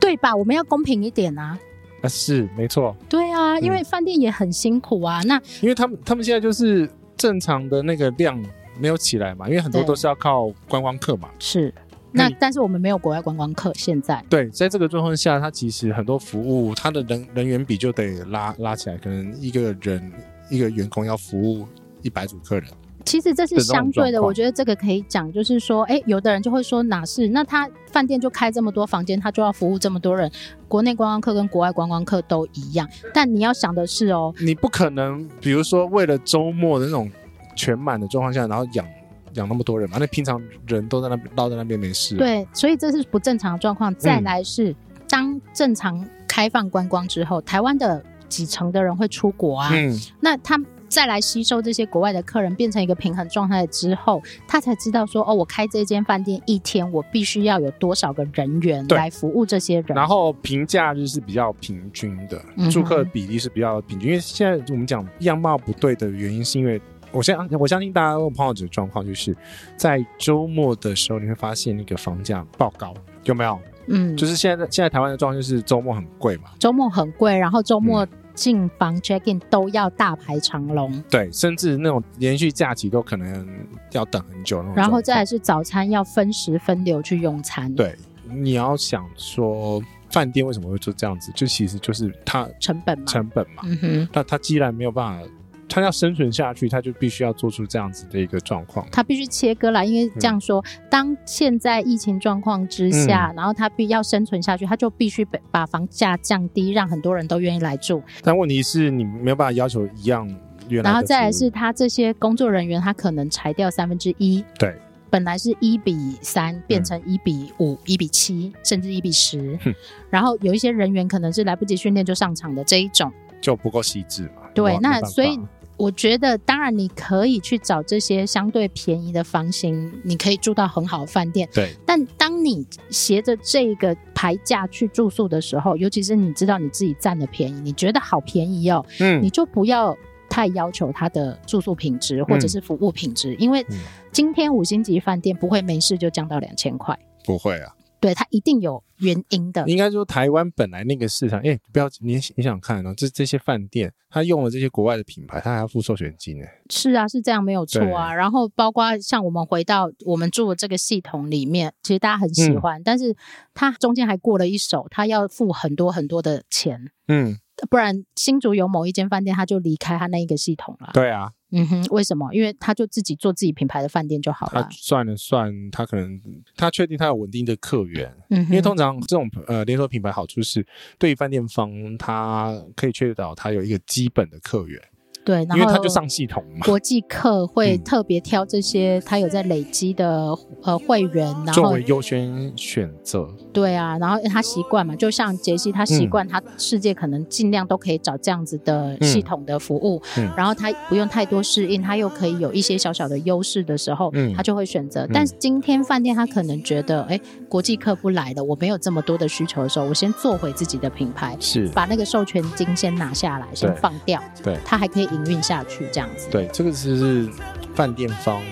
对吧？我们要公平一点啊。
啊，是没错，
对啊，因为饭店也很辛苦啊。那
因为他们他们现在就是正常的那个量没有起来嘛，因为很多
对
都是要靠观光客嘛。
是那，
那你
但是我们没有国外观光客，现在
对，在这个状况下，它其实很多服务，它的人人员比就得拉拉起来，可能一个人一个员工要服务一百组客人。
其实这是
这种
相对的。
状况
我觉得这个可以讲，就是说，哎，有的人就会说哪是？那他饭店就开这么多房间，他就要服务这么多人，国内观光客跟国外观光客都一样。但你要想的是哦，
你不可能，比如说为了周末的那种全满的状况下，然后养养那么多人嘛？那平常人都在那边绕在那边没事。，
对，所以这是不正常的状况。再
嗯
来是，当正常开放观光之后，台湾的几成的人会出国啊，
嗯，
那他再来吸收这些国外的客人，变成一个平衡状态之后，他才知道说，哦，我开这间饭店一天，我必须要有多少个人员
对
来服务这些人。
然后平假日是比较平均的
嗯哼，
住客比例是比较平均。因为现在我们讲样貌不对的原因，是因为我相我相信大家都有碰到这个状况，就是在周末的时候，你会发现那个房价爆高，有没有？
嗯，
就是现在现在台湾的状况就是周末很贵嘛，
周末很贵，然后周末进房 check in 都要大排长龙，
对，甚至那种连续假期都可能要等很久那种状况。
然后再来是早餐要分时分流去用餐，
对，你要想说饭店为什么会做这样子，就其实就是它
成本嘛。
成本嘛。
嗯哼，
那他既然没有办法，他要生存下去，他就必须要做出这样子的一个状况。
他必须切割啦，因为
嗯
这样说，当现在疫情状况之下，然后他必要生存下去，他就必须把把房价降低，让很多人都愿意来住。
但问题是你没有办法要求一样原来的服务，
然后再来是他这些工作人员，他可能裁掉三分之一，
对，
本来是一比
嗯
三变成一比五、一比七，甚至一比十
哼。
然后有一些人员可能是来不及训练就上场的这一种。
就不够细致嘛。
对
哇
那
没办法
所以我觉得，当然你可以去找这些相对便宜的房型，你可以住到很好的饭店。
对
但当你携着这个牌价去住宿的时候，尤其是你知道你自己占的便宜，你觉得好便宜哦，
嗯
你就不要。太要求它的住宿品质或者
嗯
是服务品质，因为
嗯
今天五星级饭店不会没事就降到两千块，
不会啊，
对，它一定有原因的。
应该说台湾本来那个市场，哎、不要你你想看哦，这这些饭店，他用了这些国外的品牌，他还要付授权金呢。
是啊，是这样没有错啊。然后包括像我们回到我们住的这个系统里面，其实大家很
嗯
喜欢，但是它中间还过了一手，它要付很多很多的钱，
嗯，
不然新竹有某一间饭店，它就离开它那一个系统了。
对啊，
嗯哼，为什么？因为他就自己做自己品牌的饭店就好
他
了。
算了算，他可能他确定他有稳定的客源，
嗯哼，
因为通常这种呃连锁品牌好处是，对于饭店方，他可以确保他有一个基本的客源，
对，然
因为
后
他就上系统嘛，
国际客会
嗯
特别挑这些他有在累积的呃会员，然
作
后
为优先选择。
对啊，然后他习惯嘛，就像杰西，他
嗯
习惯他世界可能尽量都可以找这样子的系统的服务，
嗯
然后他不用太多适应，他又可以有一些小小的优势的时候，
嗯
他就会选择。但是今天饭店他可能觉得，哎，国际客不来了，我没有这么多的需求的时候，我先做回自己的品牌，
是
把那个授权金先拿下来，先放掉，
对
它还可以营运下去这样子。
对，这个是饭店方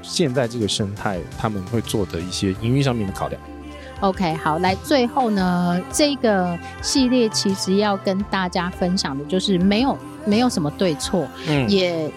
现在这个生态他们会做的一些营运上面的考量。
OK，好，来最后呢，这个系列其实要跟大家分享的就是没有没有什么对错，
嗯
也。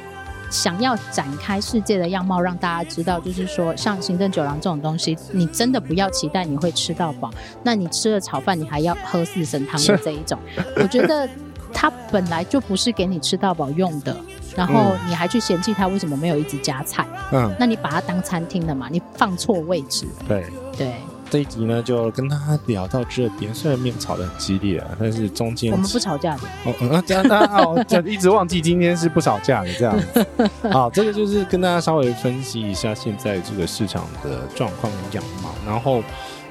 想要展开世界的样貌，让大家知道，就是说，像行政酒廊这种东西，你真的不要期待你会吃到饱。那你吃了炒饭，你还要喝四神汤的这一种，我觉得它本来就不是给你吃到饱用的，然后你还去嫌弃它为什么没有一直加菜，
嗯，
那你把它当餐厅了嘛？你放错位置，
对。
对。
这一集呢，就跟大家聊到这边，虽然没有吵得很激烈啊，但是中间
我们不吵架的，
哦，嗯啊这样大家哦，这样一直忘记今天是不吵架的这样 *laughs* 子。好，这个就是跟大家稍微分析一下现在这个市场的状况跟样貌，然后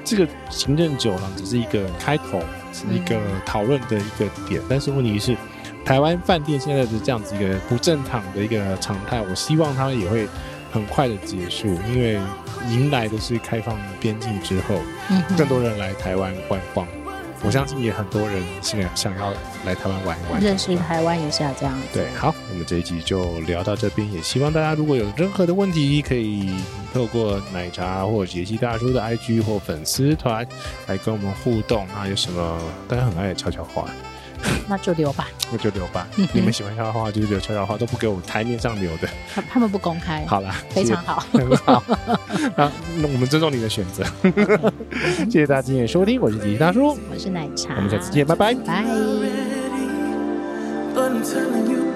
这个行政酒廊只是一个开头，是一个讨论的一个点，但是问题是。台湾饭店现在的这样子一个不正常的一个常态，我希望它也会很快的结束，因为迎来的是开放边境之后，
嗯
更多人来台湾观光。我相信也很多人现在想要来台湾玩一玩。
认识台湾也是要这样。
对，好，我们这一集就聊到这边，也希望大家如果有任何的问题，可以透过奶茶或杰西大叔的 IG 或粉丝团来跟我们互动。那有什么大家很爱的悄悄话，
那就留吧，
那就留吧。
嗯哼
你们喜欢悄悄话就是留悄悄话，都不给我们台面上留的。
他他们不公开，
好啦，
*laughs* 非常好。
谢谢很好。那那我们尊重你的选
*laughs*
择，谢谢大家今天的收听，我是杰西大叔，
我是奶茶，
我们下次见，拜拜。
拜。
But I'm telling you,